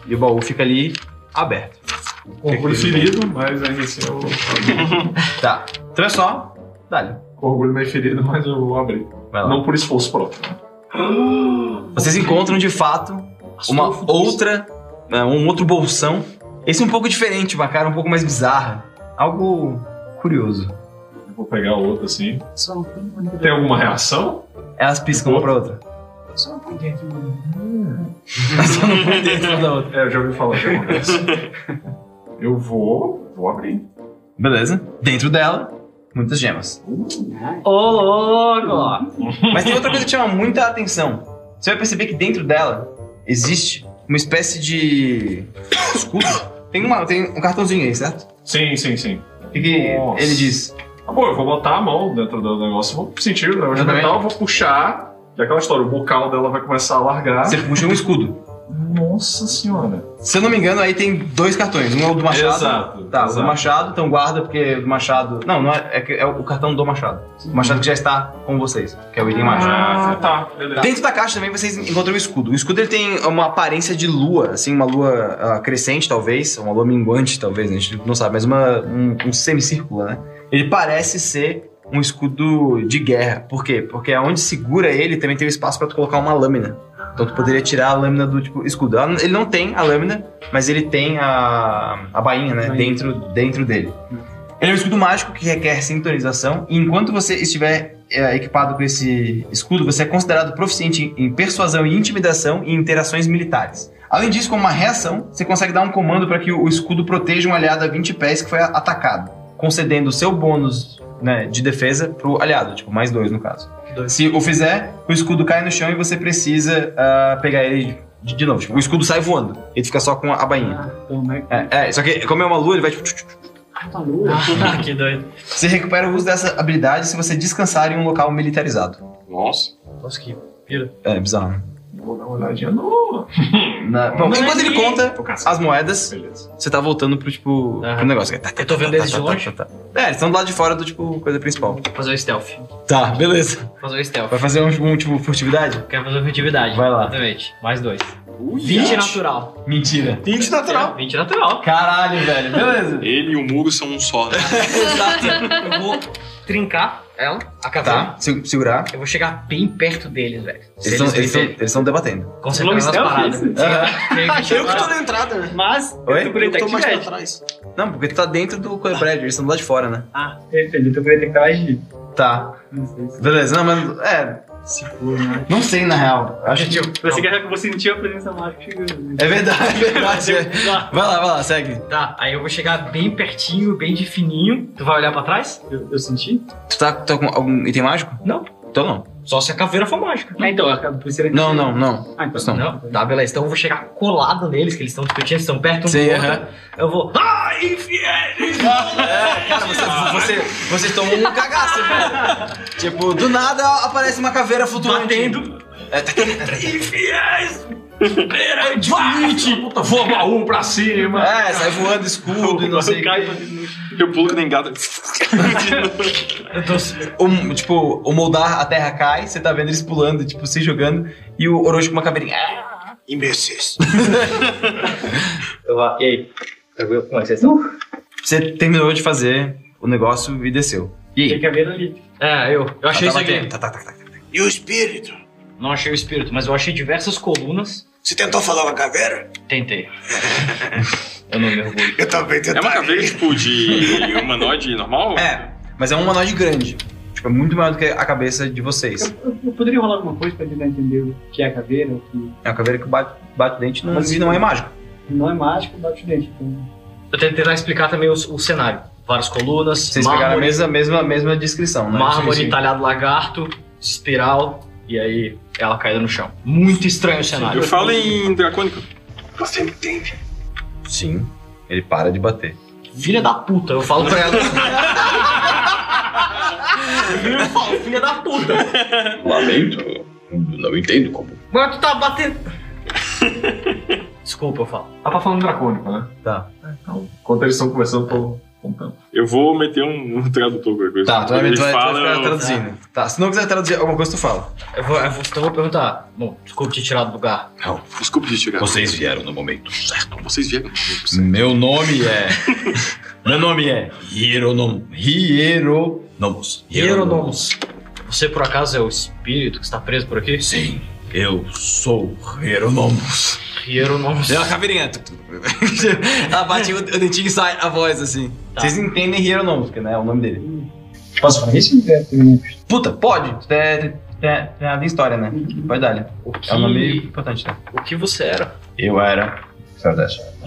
E o baú fica ali aberto.
Com orgulho ferido, mas ainda assim eu.
Tá. Então é só. Dale.
Com orgulho meio ferido, mas eu vou abrir.
Vai Tá lá.
Não por esforço próprio. né?
Vocês encontram de fato uma outra. né, um outro bolsão. Esse é um pouco diferente, uma cara um pouco mais bizarra. Algo curioso.
Eu vou pegar o outro assim. Tem alguma reação?
Elas piscam uma pra outra. Só não põe dentro uma da outra.
É, eu já ouvi falar que acontece. eu vou. Vou abrir.
Beleza. Dentro dela, muitas gemas.
Ô, louco!
Mas tem outra coisa que chama muita atenção. Você vai perceber que dentro dela existe uma espécie de escudo. Tem, uma, tem um cartãozinho aí, certo?
Sim, sim, sim.
O que, que
Nossa.
ele diz?
Tá bom, eu vou botar a mão dentro do negócio, vou sentir o negócio
Eu
de
também.
metal, vou puxar. E aquela história, o bocal dela vai começar a largar.
Você puxa um escudo.
Nossa senhora.
Se eu não me engano, aí tem dois cartões. Um é o do Machado.
Exato.
Tá, o do
exato. Machado.
Machado, então guarda, porque o do Machado. Não, não é, é, que é o cartão do Machado. O Machado que já está com vocês, que é o item Machado.
Ah, tá, beleza.
Dentro da caixa também vocês encontram o escudo. O escudo ele tem uma aparência de lua, assim, uma lua ah, crescente, talvez, uma lua minguante, talvez, né? a gente não sabe, mas uma, um, um semicírculo, né? Ele parece ser um escudo de guerra. Por quê? Porque onde segura ele também tem o espaço pra tu colocar uma lâmina. Então tu poderia tirar a lâmina do tipo, escudo. Ela- Ele não tem a lâmina, mas ele tem a, a bainha, né? Dentro, dentro dele. Ele é um escudo mágico que requer sintonização. E enquanto você estiver é, equipado com esse escudo, você é considerado proficiente em persuasão e intimidação e interações militares. Além disso, como uma reação, você consegue dar um comando para que o escudo proteja um aliado a 20 pés que foi a- atacado, concedendo o seu bônus né, de defesa pro aliado, tipo, mais dois no caso.
Dois.
Se o fizer, o escudo cai no chão e você precisa ah, pegar ele de, de novo. Tipo, o escudo sai voando, ele fica só com a, a bainha.
Ah, então, né?
É, é, só que como é uma lua, ele vai tipo, tch, tch, tch,
Ah, que doido.
Você recupera o uso dessa habilidade se você descansar em um local militarizado.
Nossa.
Nossa, que pira.
É bizarro.
Vou dar uma olhadinha no.
Na- Bom, enquanto ele conta
Vou caçar.
as moedas,
Beleza.
você tá voltando pro, tipo,
Aham.
pro negócio.
Eu tô
tá,
vendo eles de longe.
É, eles estão do lado de fora do, tipo, coisa principal.
Fazer o stealth.
Tá, beleza.
Fazer o stealth.
Vai fazer um, um, tipo, furtividade?
Quero fazer furtividade.
Vai lá.
Exatamente. Mais dois. 20 natural.
Mentira.
20 natural? 20 natural.
Caralho, velho. Beleza.
Ele e o muro são um só, né?
Exato. Eu vou trincar ela, a caverna.
Tá, se- segurar.
Eu vou chegar bem perto deles, velho. Se
Eles estão
me
eles tão-
verem,
eles tão debatendo.
concentrar nas
Long
paradas.
stealth,
Aham.
Tenho que
Eu que
chegar-
tô na entrada, né?
Mas
Oi?
eu tô com
Eu tô mais pra
detectividade.
trás.
Não, porque tu tá dentro do prédio, eles estão do lado de fora, né?
Perfeito, É, eu queria tentar agir.
Tá.
Não sei se
Beleza, não, mas. É.
se for, né?
Não sei, na real. Acho que.
Você quer que eu vou sentir a presença mágica chegando.
É verdade, é verdade. é.
Lá.
Vai lá, vai lá, segue.
Tá, aí eu vou chegar bem pertinho, bem de fininho. Tu vai olhar pra trás?
Eu, eu senti?
Tu tá, tá com algum item mágico?
Não.
Então não.
Só se a caveira for mágica.
Ah, então, acaba por ser.
Não, não, não.
Ah, então.
Não.
Não? Tá, beleza. Então eu vou chegar colado neles, que eles estão discutindo, eles estão perto um
Sei,
do outro.
aham.
Eu vou. Ah,
É, cara, você, você, você tomou um cagaço, velho. Tipo, do nada aparece uma caveira flutuante.
batendo.
É, tá-
tipo,
Puta, vou baú pra cima.
é, sai voando escudo e não sei. o
Cai,
quê.
Eu pulo que nem gato.
Eu tô...
Um, tipo, o moldar, a terra cai, você tá vendo eles pulando, tipo, se jogando, e o Orochi com uma caveirinha. Ah,
Imbecis.
Eu vou, e aí? Tranquilo? Como é que vocês estão?
Você terminou de fazer o negócio e desceu. E
Tem
aí?
caveira ali.
É, eu. Eu
Tá,
achei isso
tá
aqui.
batendo. Tá, tá, tá, tá.
E o espírito?
Não achei o espírito, mas eu achei diversas colunas.
Você tentou falar com a caveira?
Tentei. eu não me orgulho.
Eu também
É
tentei.
uma caveira, tipo, de humanoide normal?
É, mas é um humanoide grande. Tipo, é muito maior do que a cabeça de vocês.
Eu, eu poderia rolar alguma coisa pra tentar entender o que é a caveira, o que
É uma caveira que bate, bate o dente não,
Mas-
e não é mágico.
não é mágico, bate o dente. Então,
Eu tentei tentar explicar também os- o, cenário. Várias colunas,
Vocês pegaram a
mármore,
mesma, mesma, mesma descrição, né?
mármore
Sim, sim.
talhado lagarto, espiral, e aí ela caída no chão. Muito estranho o cenário.
Eu falo em dracônico.
Você me entende?
Sim. Ele para de bater.
Filha da puta, eu falo pra ela. eu falo, filha da puta.
Lamento. Não entendo como.
Mas tu tá batendo. Desculpa, eu falo.
Tá pra falando dracônico, né?
Tá.
Então, enquanto eles estão conversando, eu tô contando.
Eu vou meter um, um tradutor, qualquer coisa.
Tá, tu vai,
Ele
tu vai, tu vai
fala,
ficar
eu-
traduzindo. Tá, se não quiser traduzir alguma coisa, tu fala.
Eu vou, eu vou, então eu vou perguntar. Bom, desculpa te tirar do lugar.
Desculpe de chegar.
Vocês vieram no momento certo.
Vocês vieram. no momento certo.
Meu nome é. Meu nome é. Hieronom. Hieronomos.
Hieronomos, você por acaso é o espírito que está preso por aqui?
Sim, eu sou Hieronomos.
Hieronomos.
Deu uma caveirinha. tuc, tuc, tuc. Ela bate o, o dentinho e sai a voz assim.
Tá.
Vocês entendem Hieronomos, que né, é o nome dele.
posso falar isso? É, também.
Puta, pode. Tu é- tu é- tu é a história, né? Pode dar, né?
O que,
É um nome importante, tá?
o que você era?
Eu era.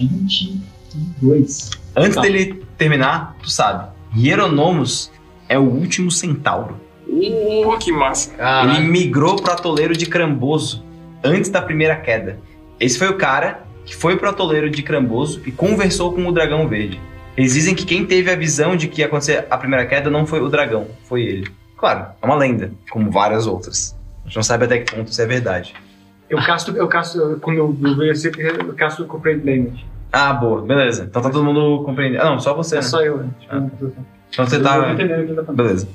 22.
Antes dele terminar, tu sabe. Hieronomos é o último centauro.
Uh, que massa.
Ele migrou pro atoleiro de Cramboso antes da primeira queda. Esse foi o cara que foi pro atoleiro de Cramboso e conversou com o dragão verde. Eles dizem que quem teve a visão de que ia acontecer a primeira queda não foi o dragão, foi ele. Claro, é uma lenda, como várias outras. A gente não sabe até que ponto isso é verdade.
Eu casto, eu casto, quando eu vejo assim, eu casto com o Print Damage.
Ah, boa, beleza. Então tá todo mundo compreendendo. Ah, não, só você,
É
né?
só eu, né? Tipo,
Ah.
eu-
Então você
eu tô
tá.
entendendo o que ele tá falando.
Beleza.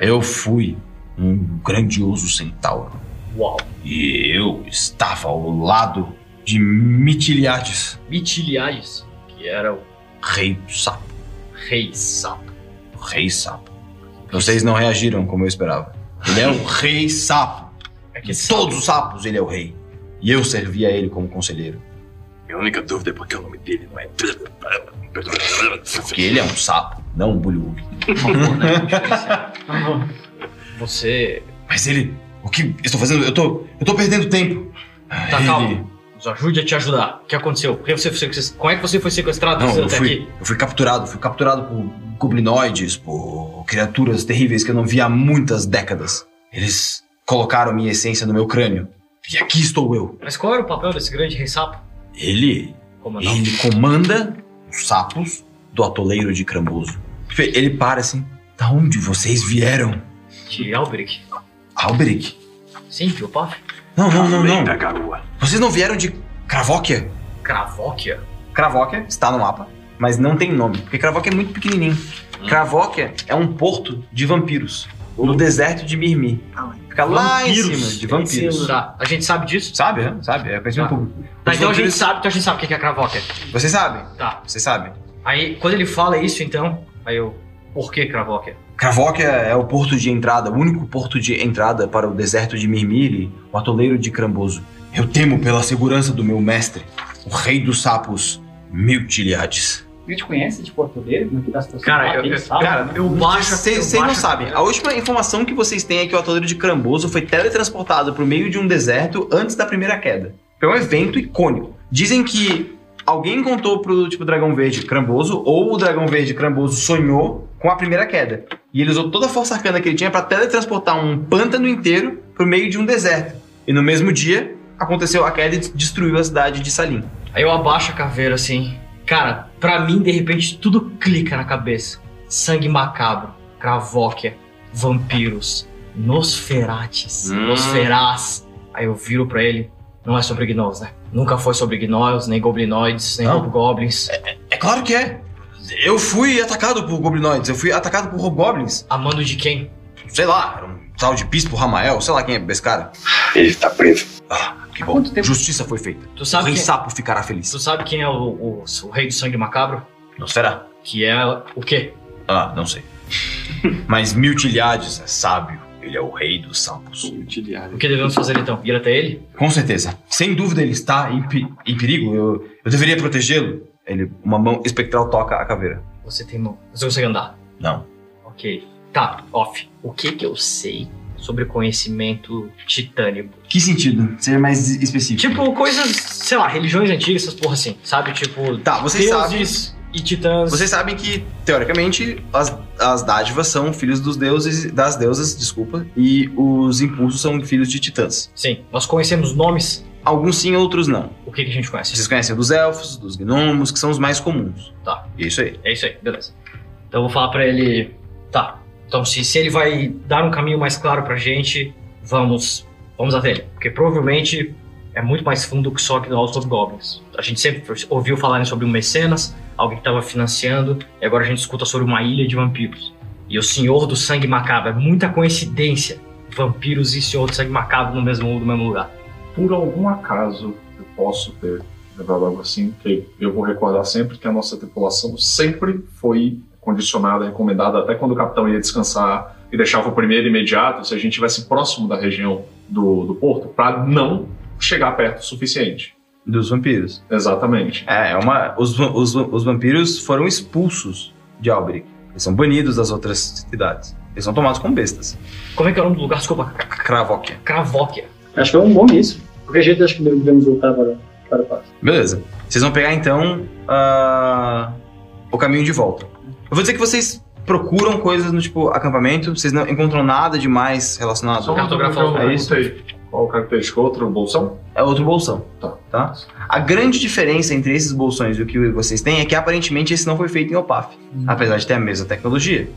Eu fui um grandioso centauro.
Uau.
E eu estava ao lado de Mitiliades,
Mitiliades, que era o
rei do sapo.
rei sapo.
Rei sapo. Então Vocês não reagiram como eu esperava. Ele é o rei sapo.
É
De todos os sapos ele é o rei. E eu servi a ele como conselheiro.
Minha única dúvida é porque o nome dele não é.
Porque ele é um sapo, não um bulhug.
Você
Mas ele. O que eu estou fazendo? Eu tô. Eu tô perdendo tempo.
Tá, calma. nos ajude a te ajudar. O que aconteceu? Por que você, foi sequestrado? como é que você foi sequestrado
Não, eu
até
fui,
aqui?
eu fui capturado. Fui capturado por goblinoides, por criaturas terríveis que eu não via há muitas décadas. Eles colocaram minha essência no meu crânio. E aqui estou eu.
Mas qual era o papel desse grande rei sapo?
Ele
Como não?
Ele comanda os sapos
do atoleiro de Cramboso. Ele para assim. Da onde vocês vieram?
De Alberic.
Alberic?
Sim, de Opaf.
Não, não, não, não. Vocês não vieram de Cravóquia?
Cravóquia?
Cravóquia está no mapa, mas não tem nome, porque Cravóquia é muito pequenininho.
Hum.
Cravóquia é um porto de vampiros, no deserto de Mirmi.
Ah,
Fica lá em
Vampiros.
cima de
Lá em
vampiros.
cima. Tá, a gente sabe disso?
Sabe, né? sabe, é conhecimento
Tá.
público.
Tá,
Os
então a gente
vampiros-
sabe, então a gente sabe o que é a Cravóquia.
Você sabe?
Tá.
Você sabe?
Aí, quando ele fala isso, então, aí eu. Por que Cravóquia?
Cravóquia é o porto de entrada, o único porto de entrada para o deserto de Mirmili, o atoleiro de Cramboso. Eu temo pela segurança do meu mestre, o rei dos sapos, Miltiliades.
A gente conhece
tipo,
de Porto Alegre,
né,
como é que tá a situação?
Cara,
lá,
eu,
ele
eu,
sabe?
cara, eu baixo. Vocês não sabem. A última informação que vocês têm é que o atoleiro de Cramboso foi teletransportado para o meio de um deserto antes da primeira queda. Foi um evento icônico. Dizem que alguém contou pro tipo Dragão Verde Cramboso ou o Dragão Verde Cramboso sonhou com a primeira queda. E ele usou toda a força arcana que ele tinha para teletransportar um pântano inteiro pro meio de um deserto. E no mesmo dia aconteceu a queda e destruiu a cidade de Salim.
Aí eu abaixo a caveira assim. Cara, pra mim, de repente, tudo clica na cabeça. Sangue macabro, cravóquia, vampiros, nosferates,
Hum.
nosferás. Aí eu viro pra ele, não é sobre gnolls, né? Nunca foi sobre gnolls, nem goblinoides, nem goblins. É,
claro que é. Eu fui atacado por goblinoides, eu fui atacado por hobgoblins.
A mando de quem?
Sei lá, era um tal de bispo Ramael, sei lá quem é esse cara.
Ele tá preso.
Que bom, justiça foi feita.
Tu sabe
o rei
quem-
sapo ficará feliz.
Tu sabe quem é o, o- o rei do sangue macabro?
Não será?
Que é o quê?
Ah, não sei. Mas Miltiliades é sábio, ele é o rei dos sapos.
O que devemos fazer então? Ir até ele?
Com certeza. Sem dúvida ele está em, pe- em perigo. Eu, eu deveria protegê-lo. Ele, uma mão espectral toca a caveira.
Você tem mão. Você consegue andar?
Não.
Ok. Tá, off. O que que eu sei sobre conhecimento titânico?
Que sentido? Seja mais específico.
Tipo, coisas, sei lá, religiões antigas, essas porra assim, sabe? Tipo,
Tá, vocês
deuses e titãs.
Vocês sabem que, teoricamente, as, as dádivas são filhos dos deuses, das deusas, desculpa, e os impulsos são filhos de titãs.
Sim, nós conhecemos nomes?
Alguns sim, outros não.
O que, que a gente conhece?
Vocês conhecem dos elfos, dos gnomos, que são os mais comuns.
Tá.
E é isso aí.
É isso aí, beleza. Então eu vou falar pra ele. Tá. Então se, se ele vai dar um caminho mais claro pra gente, vamos. Vamos até ele. Porque provavelmente é muito mais fundo que só que Gnolls sobre Goblins. A gente sempre ouviu falarem sobre um mecenas, alguém que tava financiando, e agora a gente escuta sobre uma ilha de vampiros. E o Senhor do Sangue Macabro. É muita coincidência. Vampiros e Senhor do Sangue Macabro no mesmo, no mesmo lugar.
Por algum acaso, eu posso ter levado algo assim, que eu vou recordar sempre que a nossa tripulação sempre foi condicionada, recomendada, até quando o capitão ia descansar e deixava o primeiro imediato, se a gente estivesse próximo da região do, do porto, para não chegar perto o suficiente.
Dos vampiros.
Exatamente.
É, é uma. Os, va- os, va- os vampiros foram expulsos de Alberic. Eles são banidos das outras cidades. Eles são tomados como bestas.
Como é que é o nome do lugar? Desculpa.
Cravóquia.
Cravóquia.
Acho que é um bom isso. Qualquer jeito, acho que um devemos voltar para, para a paz.
Beleza. Vocês vão pegar então ah, o caminho de volta. Eu vou dizer que vocês procuram coisas no tipo acampamento, vocês não encontram nada demais relacionado
Só um cartógrafo,
É isso.
Qual característica? Outro bolsão?
É outro bolsão.
Tá.
tá? A grande diferença entre esses bolsões e o que vocês têm é que aparentemente esse não foi feito em OPAF, apesar de ter a mesma tecnologia.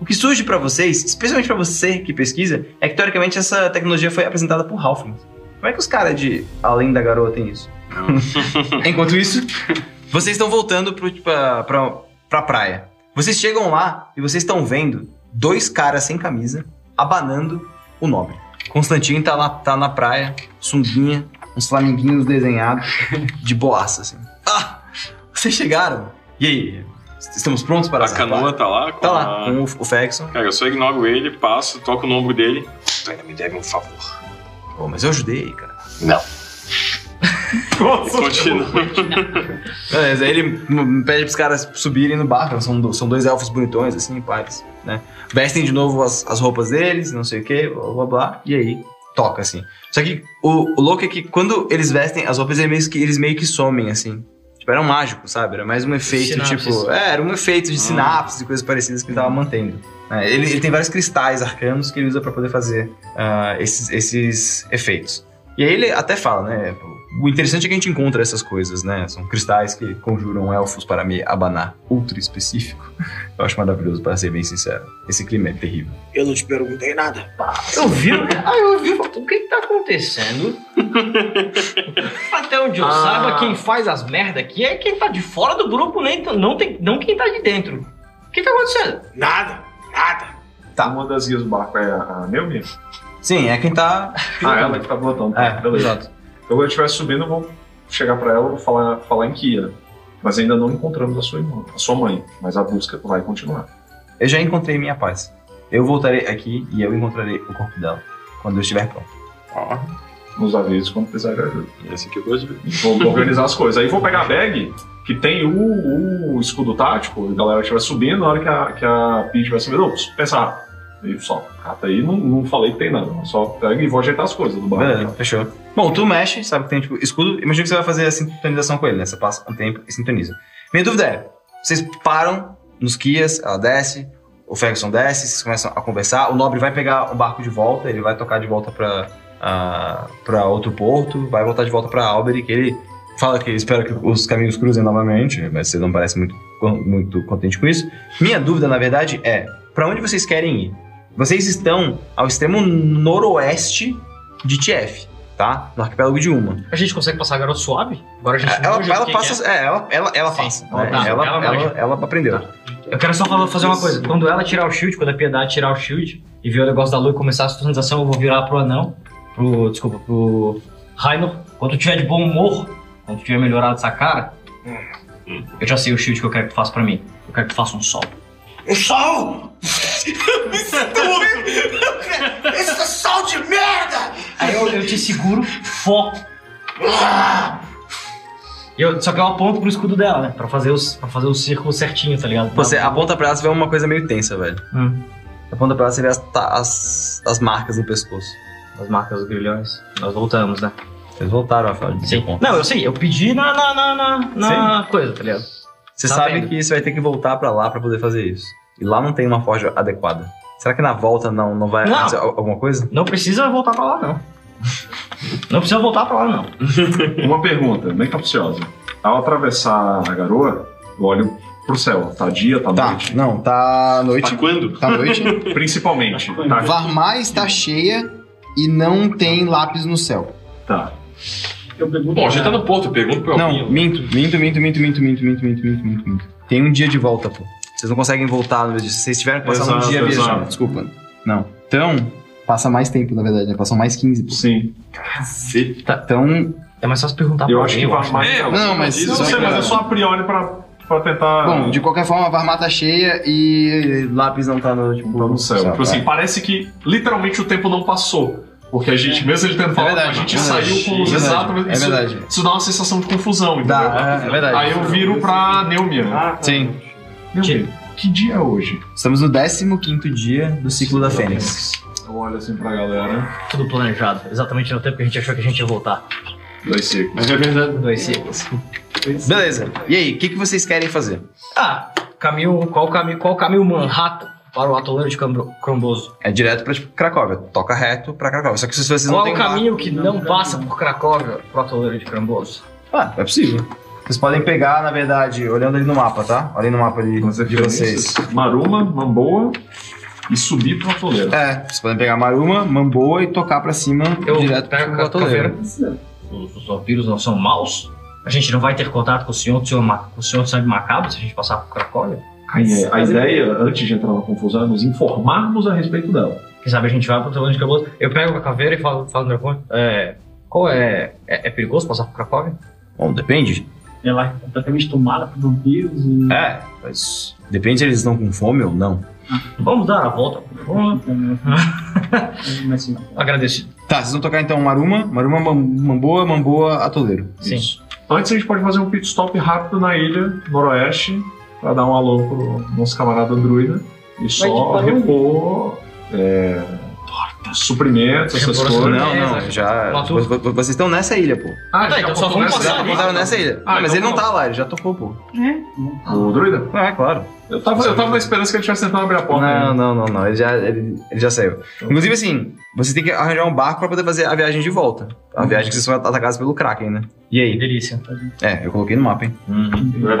O que surge pra vocês, especialmente pra você que pesquisa, é que teoricamente essa tecnologia foi apresentada por Halfling. Como é que os caras de Além da Garoa têm isso? Enquanto isso, vocês estão voltando pro, pra, pra, pra praia. Vocês chegam lá e vocês estão vendo dois caras sem camisa abanando o nobre. Constantino tá, lá, tá na praia, sunguinha, uns flaminguinhos desenhados, de boaça, assim. Ah! Vocês chegaram! E aí? Estamos prontos para
A canoa tá lá? Com
Tá lá,
a-
com o, o Fexon.
Cara, eu só ignoro ele, passo, toco no ombro dele.
Tu ainda me deve um favor.
Pô, mas eu ajudei, cara.
Não.
E Continua.
Beleza, aí ele m- pede pros caras subirem no barco, né? são, do- são dois elfos bonitões, assim, pares, né? Vestem de novo as, as roupas deles, não sei o que, blá blá blá, e aí toca, assim. Só que o, o louco é que quando eles vestem as roupas, eles meio que, eles meio que somem, assim. Tipo, era um mágico, sabe? Era mais um efeito,
Sinapses.
tipo. É, era um efeito de
Ah.
sinapses e coisas parecidas que ele tava mantendo. né? Ele, ele tem vários cristais arcanos que ele usa pra poder fazer ah, esses, esses efeitos. E aí ele até fala, né? O interessante é que a gente encontra essas coisas, né? São cristais que conjuram elfos para me abanar. Ultra específico. Eu acho maravilhoso, para ser bem sincero. Esse clima é terrível.
Eu não te perguntei nada.
Eu vi, ah, eu vi, o que que tá acontecendo? Até onde eu
Ah.
saiba, quem faz as merda aqui é quem tá de fora do grupo, né? Então, não, tem, não quem tá de dentro. O que tá acontecendo?
Nada, nada.
Tá. Uma das guias do barco é a, a Melvin?
Sim, é quem tá.
Ah, ela que tá pilotando. É, beleza.
exato.
Então, quando eu estiver subindo, eu vou chegar pra ela e vou falar, falar em Kia. Mas ainda não encontramos a sua irmã, a sua mãe. Mas a busca vai continuar.
Eu já encontrei minha paz. Eu voltarei aqui e eu encontrarei o corpo dela quando eu estiver pronto.
Nos avisos quando precisar de ajuda.
É assim que eu gosto de ver.
Vou vou organizar as coisas. Aí vou pegar a bag, que tem o, o escudo tático, a galera estiver subindo, na hora que a, que a Peach vai subindo, "Ô, pensa rápido. Aí só, cata aí, não, não falei que tem nada, só pega e vou ajeitar as coisas do barco.
Beleza, fechou. Bom, tu mexe, sabe que tem tipo escudo. Imagina que você vai fazer a sintonização com ele, né? Você passa um tempo e sintoniza. Minha dúvida é: vocês param nos Kias, ela desce, o Ferguson desce, vocês começam a conversar. O nobre vai pegar o barco de volta, ele vai tocar de volta pra, ah, pra outro porto, vai voltar de volta pra Alberi, que ele fala que espera que os caminhos cruzem novamente, mas você não parece muito, muito contente com isso. Minha dúvida, na verdade, é: pra onde vocês querem ir? Vocês estão ao extremo noroeste de TF, tá? No arquipélago de Uma.
A gente consegue passar a garota suave? Agora a gente
É, Ela,
manja do
ela
que
passa.
que é.
é, ela, ela, ela passa.
ela
né?
tá,
ela,
ela Tá.
ela,
manja.
ela aprendeu.
Eu quero só falar- fazer uma coisa. Quando ela tirar o shield, quando a Piedade tirar o shield e ver o negócio da lua e começar a sustentalização, eu vou virar pro anão, pro. Desculpa, pro. Rainer. Quando tu tiver de bom humor, quando tu tiver melhorado essa cara, eu já sei o shield que eu quero que tu faça pra mim. Eu quero que tu faça um sol.
Um sol! Esse sol de merda!
Aí eu, eu te seguro, foco. E eu- só que eu aponto pro escudo dela, né? Pra fazer, os, pra fazer o círculo certinho, tá ligado?
Você aponta pra ela, você vê uma coisa meio tensa, velho.
Hum.
Aponta pra ela, você vê as, ta- as, as marcas no pescoço.
As marcas dos grilhões. Nós voltamos, né?
Vocês voltaram, Rafael. de
Sim.
ponto.
Não, eu sei, eu pedi na, na, na, na, na coisa, tá ligado?
Você
Tá
sabe
vendo.
que você vai ter que voltar pra lá pra poder fazer isso. E lá não tem uma forja adequada. Será que na volta não, não vai
Não.
acontecer al- alguma coisa?
Não precisa voltar pra lá, não. Não precisa voltar pra lá, não.
Uma pergunta, bem capciosa. Ao atravessar a garoa, eu olho pro céu. Tá dia, tá, noite?
Não, tá à noite.
Tá quando?
Tá à noite.
Principalmente. Tá,
Varmar está cheia e não tem lápis no céu.
Tá.
Eu pergunto
Bom, a gente tá no porto, eu pergunto pro
Não,
Elvinho.
minto, minto, minto, minto, minto, minto, minto, minto, minto, minto, minto. Tem um dia de volta, pô. Vocês não conseguem voltar no dia. Vocês tiveram que passar um
Exato,
dia
exato.
viajando.
Desculpa. Não. Então, passa mais tempo, na verdade, né? Passam mais 15.
Sim.
Cacete.
Então.
É mais fácil perguntar
Eu
Eu acho que Varmar.
Não, mas.
Não sei, mas é só a priori pra, pra tentar.
Bom, de qualquer forma, a Varmar tá cheia e lápis não tá no, tipo,
no céu. Tipo assim, parece que literalmente o tempo não passou. Porque a gente, mesmo ele tendo falado,
verdade,
a gente
é verdade.
saiu com os
É verdade,
exatos.
é
isso-
verdade.
Isso dá uma sensação de confusão, entendeu?
Dá, é, é verdade. Ah,
Aí eu viro pra Neumia.
Sim.
Neumia, que dia é hoje?
Estamos no 15 dia do ciclo da Fênix.
Eu olho assim pra galera.
né? Tudo planejado, exatamente no tempo que a gente achou que a gente ia voltar.
Dois ciclos.
É verdade.
Dois ciclos.
Beleza. E aí, o que, que vocês querem fazer?
Ah, caminho. Qual caminho? Qual caminho Manhattan para o atoleiro de Cambro- Cromboso?
É direto pra tipo, Cracóvia. Toca reto pra Cracóvia. Só que se vocês não
Qual
têm um
o caminho que não passa por Cracóvia pro atoleiro de Cromboso?
Ah, é possível. Vocês podem pegar, na verdade, olhando ali no mapa, tá? Olhem no mapa ali
é
de vocês.
Maruma, Mamboa e subir pro atoleiro.
É, vocês podem pegar Maruma, Mamboa e tocar pra cima direto pro atoleiro.
Os, os vampiros não são maus? A gente não vai ter contato com o senhor, o senhor, ma- com o senhor de sangue macabro se a gente passar por Cracóvia?
Aí, é, a ideia, antes de entrar na confusão, é nos informarmos a respeito dela.
Quem sabe a gente vai pro Tolão de Caboso. Eu pego a caveira e falo, falo no microfone. É. Qual é, é. é perigoso passar por Cracóvia?
Bom, depende.
Ela
tá
é completamente tomada por vampiros e.
É, mas. Depende se eles estão com fome ou não.
Vamos dar a volta.
É,
Agradecido.
Tá, vocês vão tocar então Maruma, Maruma, Mam- Mamboa, Mamboa, Atoleiro.
Sim.
Antes a gente pode fazer um pit stop rápido na ilha noroeste pra dar um alô pro nosso camarada druida e só
que barulho.
repor é, suprimentos, essas coisas.
Não, não, já. vo- vo- vo- Vocês estão nessa ilha, pô.
Ah, tá, então só vamos
Vocês já
passar.
apontaram nessa ilha.
Ah,
Ah, mas
então
ele não
tá
tá lá, ele já tocou, pô.
O druida?
É, claro.
Eu
né?
tava, eu tava na esperança que ele tivesse tentado abrir a porta.
Não, não, não, não. Ele já, ele, ele já saiu. Inclusive, assim, Você tem que arranjar um barco pra poder fazer a viagem de volta. A viagem que vocês foram atacados pelo Kraken, né? Uhum. E aí?
Delícia.
É, eu coloquei no mapa, hein?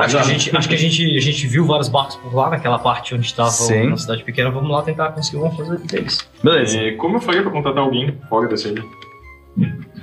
Acho que, a gente, acho que a, gente, a gente viu vários barcos por lá, naquela parte onde estava
Sim.
uma cidade pequena. Vamos lá tentar conseguir uma coisa deles.
Beleza.
É, como eu faria pra contratar alguém fora dessa ilha?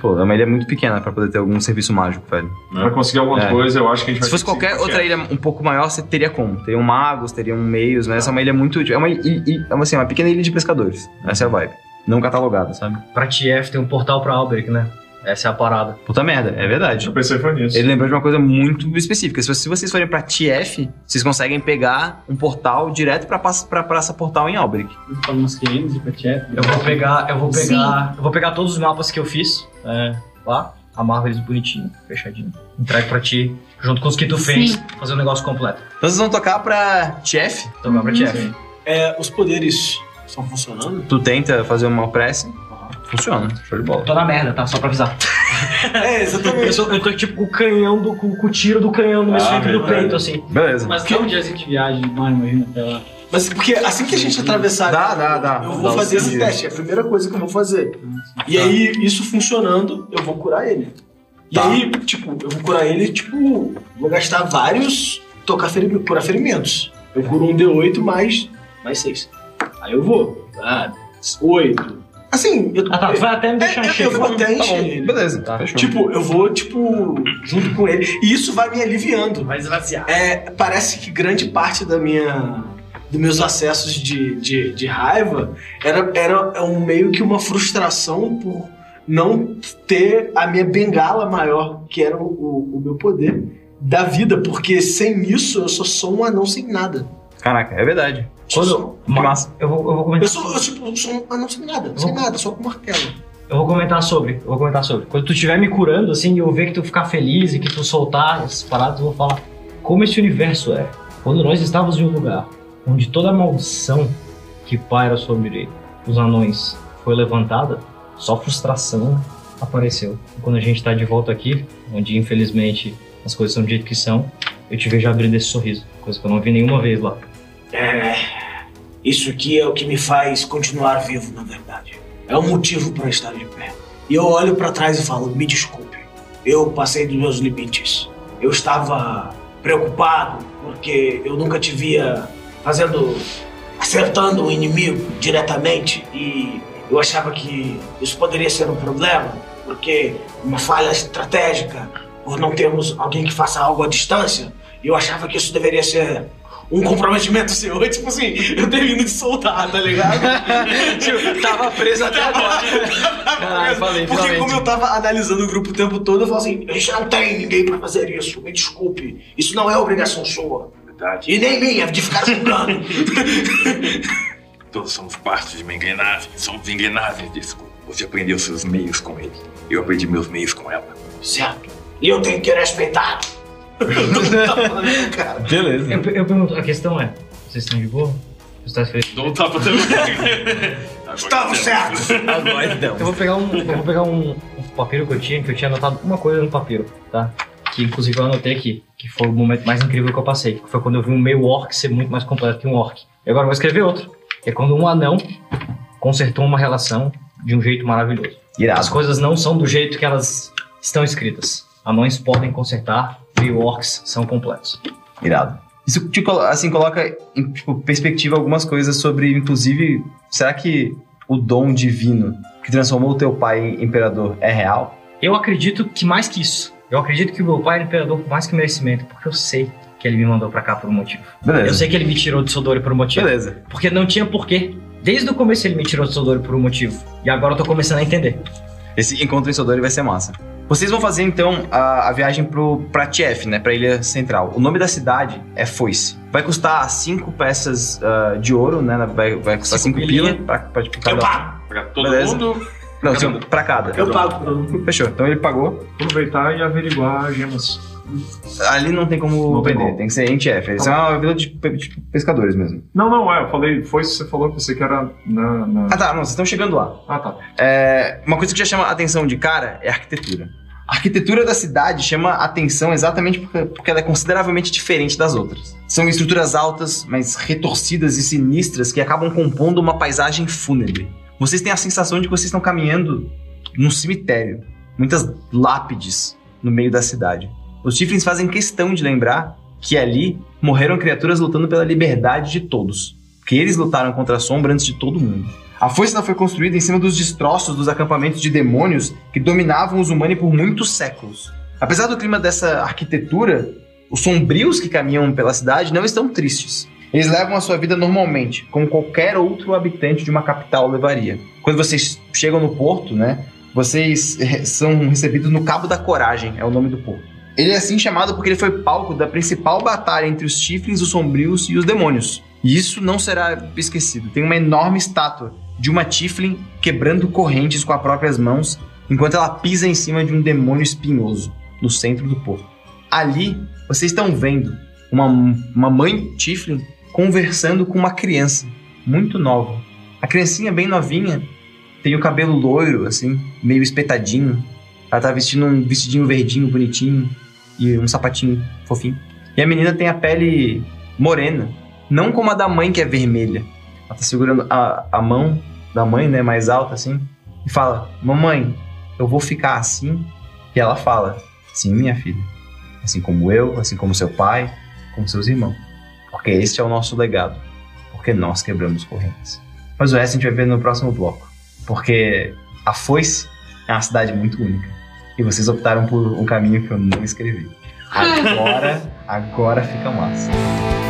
Pô, é uma ilha muito pequena pra poder ter algum serviço mágico, velho.
Né?
Pra conseguir alguma
É.
coisa, eu acho que a gente
Se
vai
fosse
conseguir
qualquer outra
qualquer.
ilha um pouco maior, você teria como. Teria um magos, teria um meios, mas essa é uma ilha muito. É uma, i- i- é uma, assim, uma pequena ilha de pescadores. Essa é a vibe. Não catalogada, sabe?
Pra TF tem um portal pra Alberic, né? Essa é a parada.
Puta merda, é verdade.
Eu pensei foi nisso.
Ele lembrou de uma coisa muito específica. Se, se vocês forem pra TF, vocês conseguem pegar um portal direto pra, praça- pra Praça Portal em Albrecht. Então,
Falamos que eles e pra
Eu vou pegar, eu vou
Sim.
pegar, eu vou pegar todos os mapas que eu fiz é, lá, amarro eles bonitinho, fechadinho, entrego pra ti, junto com os que tu fez,
Sim.
fazer o negócio completo.
Então vocês vão tocar pra TF?
Tocar pra TF.
É, os poderes estão funcionando?
Tu tenta fazer uma prece, funciona. Show de bola.
Tô na merda, tá? Só pra avisar.
é, exatamente.
Eu, sou- eu tô tipo com o canhão, do, com, com o tiro do canhão no meu
Ah,
centro do
verdade.
peito, assim.
Beleza.
Mas tem um diazinho de viagem, mano, imagina até lá.
Mas porque assim que a gente atravessar,
dá, dá, dá.
eu
Dá
vou
um
fazer esse
sentido. Tá.
teste, é a primeira coisa que eu vou fazer. E aí, isso funcionando, eu vou curar ele. E
Tá.
aí, tipo, eu vou curar ele, tipo, vou gastar vários tocar ferim- curar ferimentos. Eu curo um D8 mais, mais 6. Aí eu vou. Ah, 8. Assim, eu
Ah, tá, tu vai até me deixar
é, eu-
cheio.
Eu vou até
Tá bom,
encher ele.
Beleza, tá.
Tipo, eu vou, tipo, junto com ele. E isso vai me aliviando. Vai esvaziar. É, parece que grande parte da minha. Dos meus acessos de, de, de raiva era, era um, meio que uma frustração por não ter a minha bengala maior, que era o, o, o meu poder da vida, porque sem isso eu sou só um anão sem nada.
Caraca, é verdade.
Quando,
Eu vou, eu vou
Eu
comentar.
sou, eu, tipo, eu sou um anão sem nada, sem nada, só com martelo.
Eu vou comentar sobre, eu vou comentar sobre. Quando tu estiver me curando, assim, e eu ver que tu ficar feliz e que tu soltar as paradas, eu vou falar como esse universo é. Quando nós estávamos em um lugar onde toda a maldição que paira sobre os anões foi levantada, só frustração apareceu. E quando a gente está de volta aqui, onde infelizmente as coisas são do jeito que são, eu te vejo abrindo esse sorriso, coisa que eu não vi nenhuma vez lá.
É, isso aqui é o que me faz continuar vivo, na verdade. É um motivo para estar de pé. E eu olho para trás e falo: me desculpe, eu passei dos meus limites. Eu estava preocupado porque eu nunca te via fazendo, acertando o inimigo diretamente e eu achava que isso poderia ser um problema porque uma falha estratégica por não termos alguém que faça algo à distância. E eu achava que isso deveria ser um comprometimento seu. Eu, tipo assim, eu termino de soltar, tá ligado? tipo, tava preso até agora.
Caralho, falei,
Porque
finalmente.
como eu tava analisando o grupo o tempo todo, eu falo assim, a gente não tem ninguém pra fazer isso, me desculpe. Isso não é obrigação sua. Verdade. E nem minha, de ficar julgando.
Todos somos parte de uma engrenagem. Somos engrenagens disso. Você aprendeu seus meios com ele. Eu aprendi meus meios com ela.
certo. E eu tenho que respeitar. né, cara.
Beleza.
Eu, eu pergunto, a questão é, vocês estão de boa? Você está feliz?
Dou um tapa também.
é
Estamos
um
certos.
Agora então.
Eu vou pegar um, eu vou pegar um, um papiro que eu tinha, que eu tinha anotado uma coisa no papiro, tá? Que inclusive eu anotei aqui, que foi o momento mais incrível que eu passei, que foi quando eu vi um meio orc ser muito mais completo que um orc. E agora eu vou escrever outro, que é quando um anão consertou uma relação de um jeito maravilhoso.
Irado.
As coisas não são do jeito que elas estão escritas. Anões podem consertar, meio orcs são completos.
Irado. Isso te colo- assim, coloca em tipo, perspectiva algumas coisas sobre, inclusive, será que o dom divino que transformou o teu pai em imperador é real?
Eu acredito que mais que isso. Eu acredito que o meu pai é imperador por mais que merecimento, porque eu sei que ele me mandou pra cá por um motivo.
Beleza.
Eu sei que ele me tirou de Sodori por um motivo.
Beleza.
Porque não tinha porquê. Desde o começo ele me tirou de Sodori por um motivo. E agora eu tô começando a entender.
Esse encontro em Sodori vai ser massa. Vocês vão fazer então a, a viagem pro, pra Tief, né? Pra Ilha Central. O nome da cidade é Foice. Vai custar cinco peças ah, de ouro, né? na- Vai, vai custar cinco, pila pra, pra, tipo, cada
Pra todo
Beleza.
mundo.
Não, cinco pra cada.
Eu pago
Fechou. Então ele pagou.
Aproveitar e averiguar gemas.
Ali não tem como vender, tem que ser em Tief. Isso é uma vila de, pe- de pescadores mesmo.
Não, não, é, eu falei, foi isso que você falou, pensei que era na. na...
Ah tá, não, vocês estão chegando lá.
Ah tá.
É, uma coisa que já chama a atenção de cara é a arquitetura. A arquitetura da cidade chama a atenção exatamente porque, porque ela é consideravelmente diferente das outras. São estruturas altas, mas retorcidas e sinistras que acabam compondo uma paisagem fúnebre. vocês têm a sensação de que vocês estão caminhando num cemitério. Muitas lápides no meio da cidade. Os Tiflins fazem questão de lembrar que ali morreram criaturas lutando pela liberdade de todos. Porque eles lutaram contra a sombra antes de todo mundo. A força foi construída em cima dos destroços dos acampamentos de demônios que dominavam os humanos por muitos séculos. Apesar do clima dessa arquitetura, os sombrios que caminham pela cidade não estão tristes. Eles levam a sua vida normalmente, como qualquer outro habitante de uma capital levaria. Quando vocês chegam no porto, né, vocês eh, são recebidos no Cabo da Coragem, é o nome do porto. Ele é assim chamado porque ele foi palco da principal batalha entre os chifres, os sombrios e os demônios. E isso não será esquecido. Tem uma enorme estátua de uma Tiflin quebrando correntes com as próprias mãos, enquanto ela pisa em cima de um demônio espinhoso no centro do porto. Ali, vocês estão vendo uma, uma mãe Tiflin conversando com uma criança muito nova. A criancinha bem novinha tem o cabelo loiro, assim, meio espetadinho. Ela tá vestindo um vestidinho verdinho, bonitinho, e um sapatinho fofinho. E a menina tem a pele morena, não como a da mãe que é vermelha. Ela tá segurando a, a mão da mãe, né, mais alta assim, e fala: Mamãe, eu vou ficar assim. E ela fala: Sim, minha filha. Assim como eu, assim como seu pai, como seus irmãos. Porque este é o nosso legado. Porque nós quebramos correntes. Mas o resto a gente vai ver no próximo bloco. Porque a Foice é uma cidade muito única. E vocês optaram por um caminho que eu não escrevi. Agora, agora fica massa.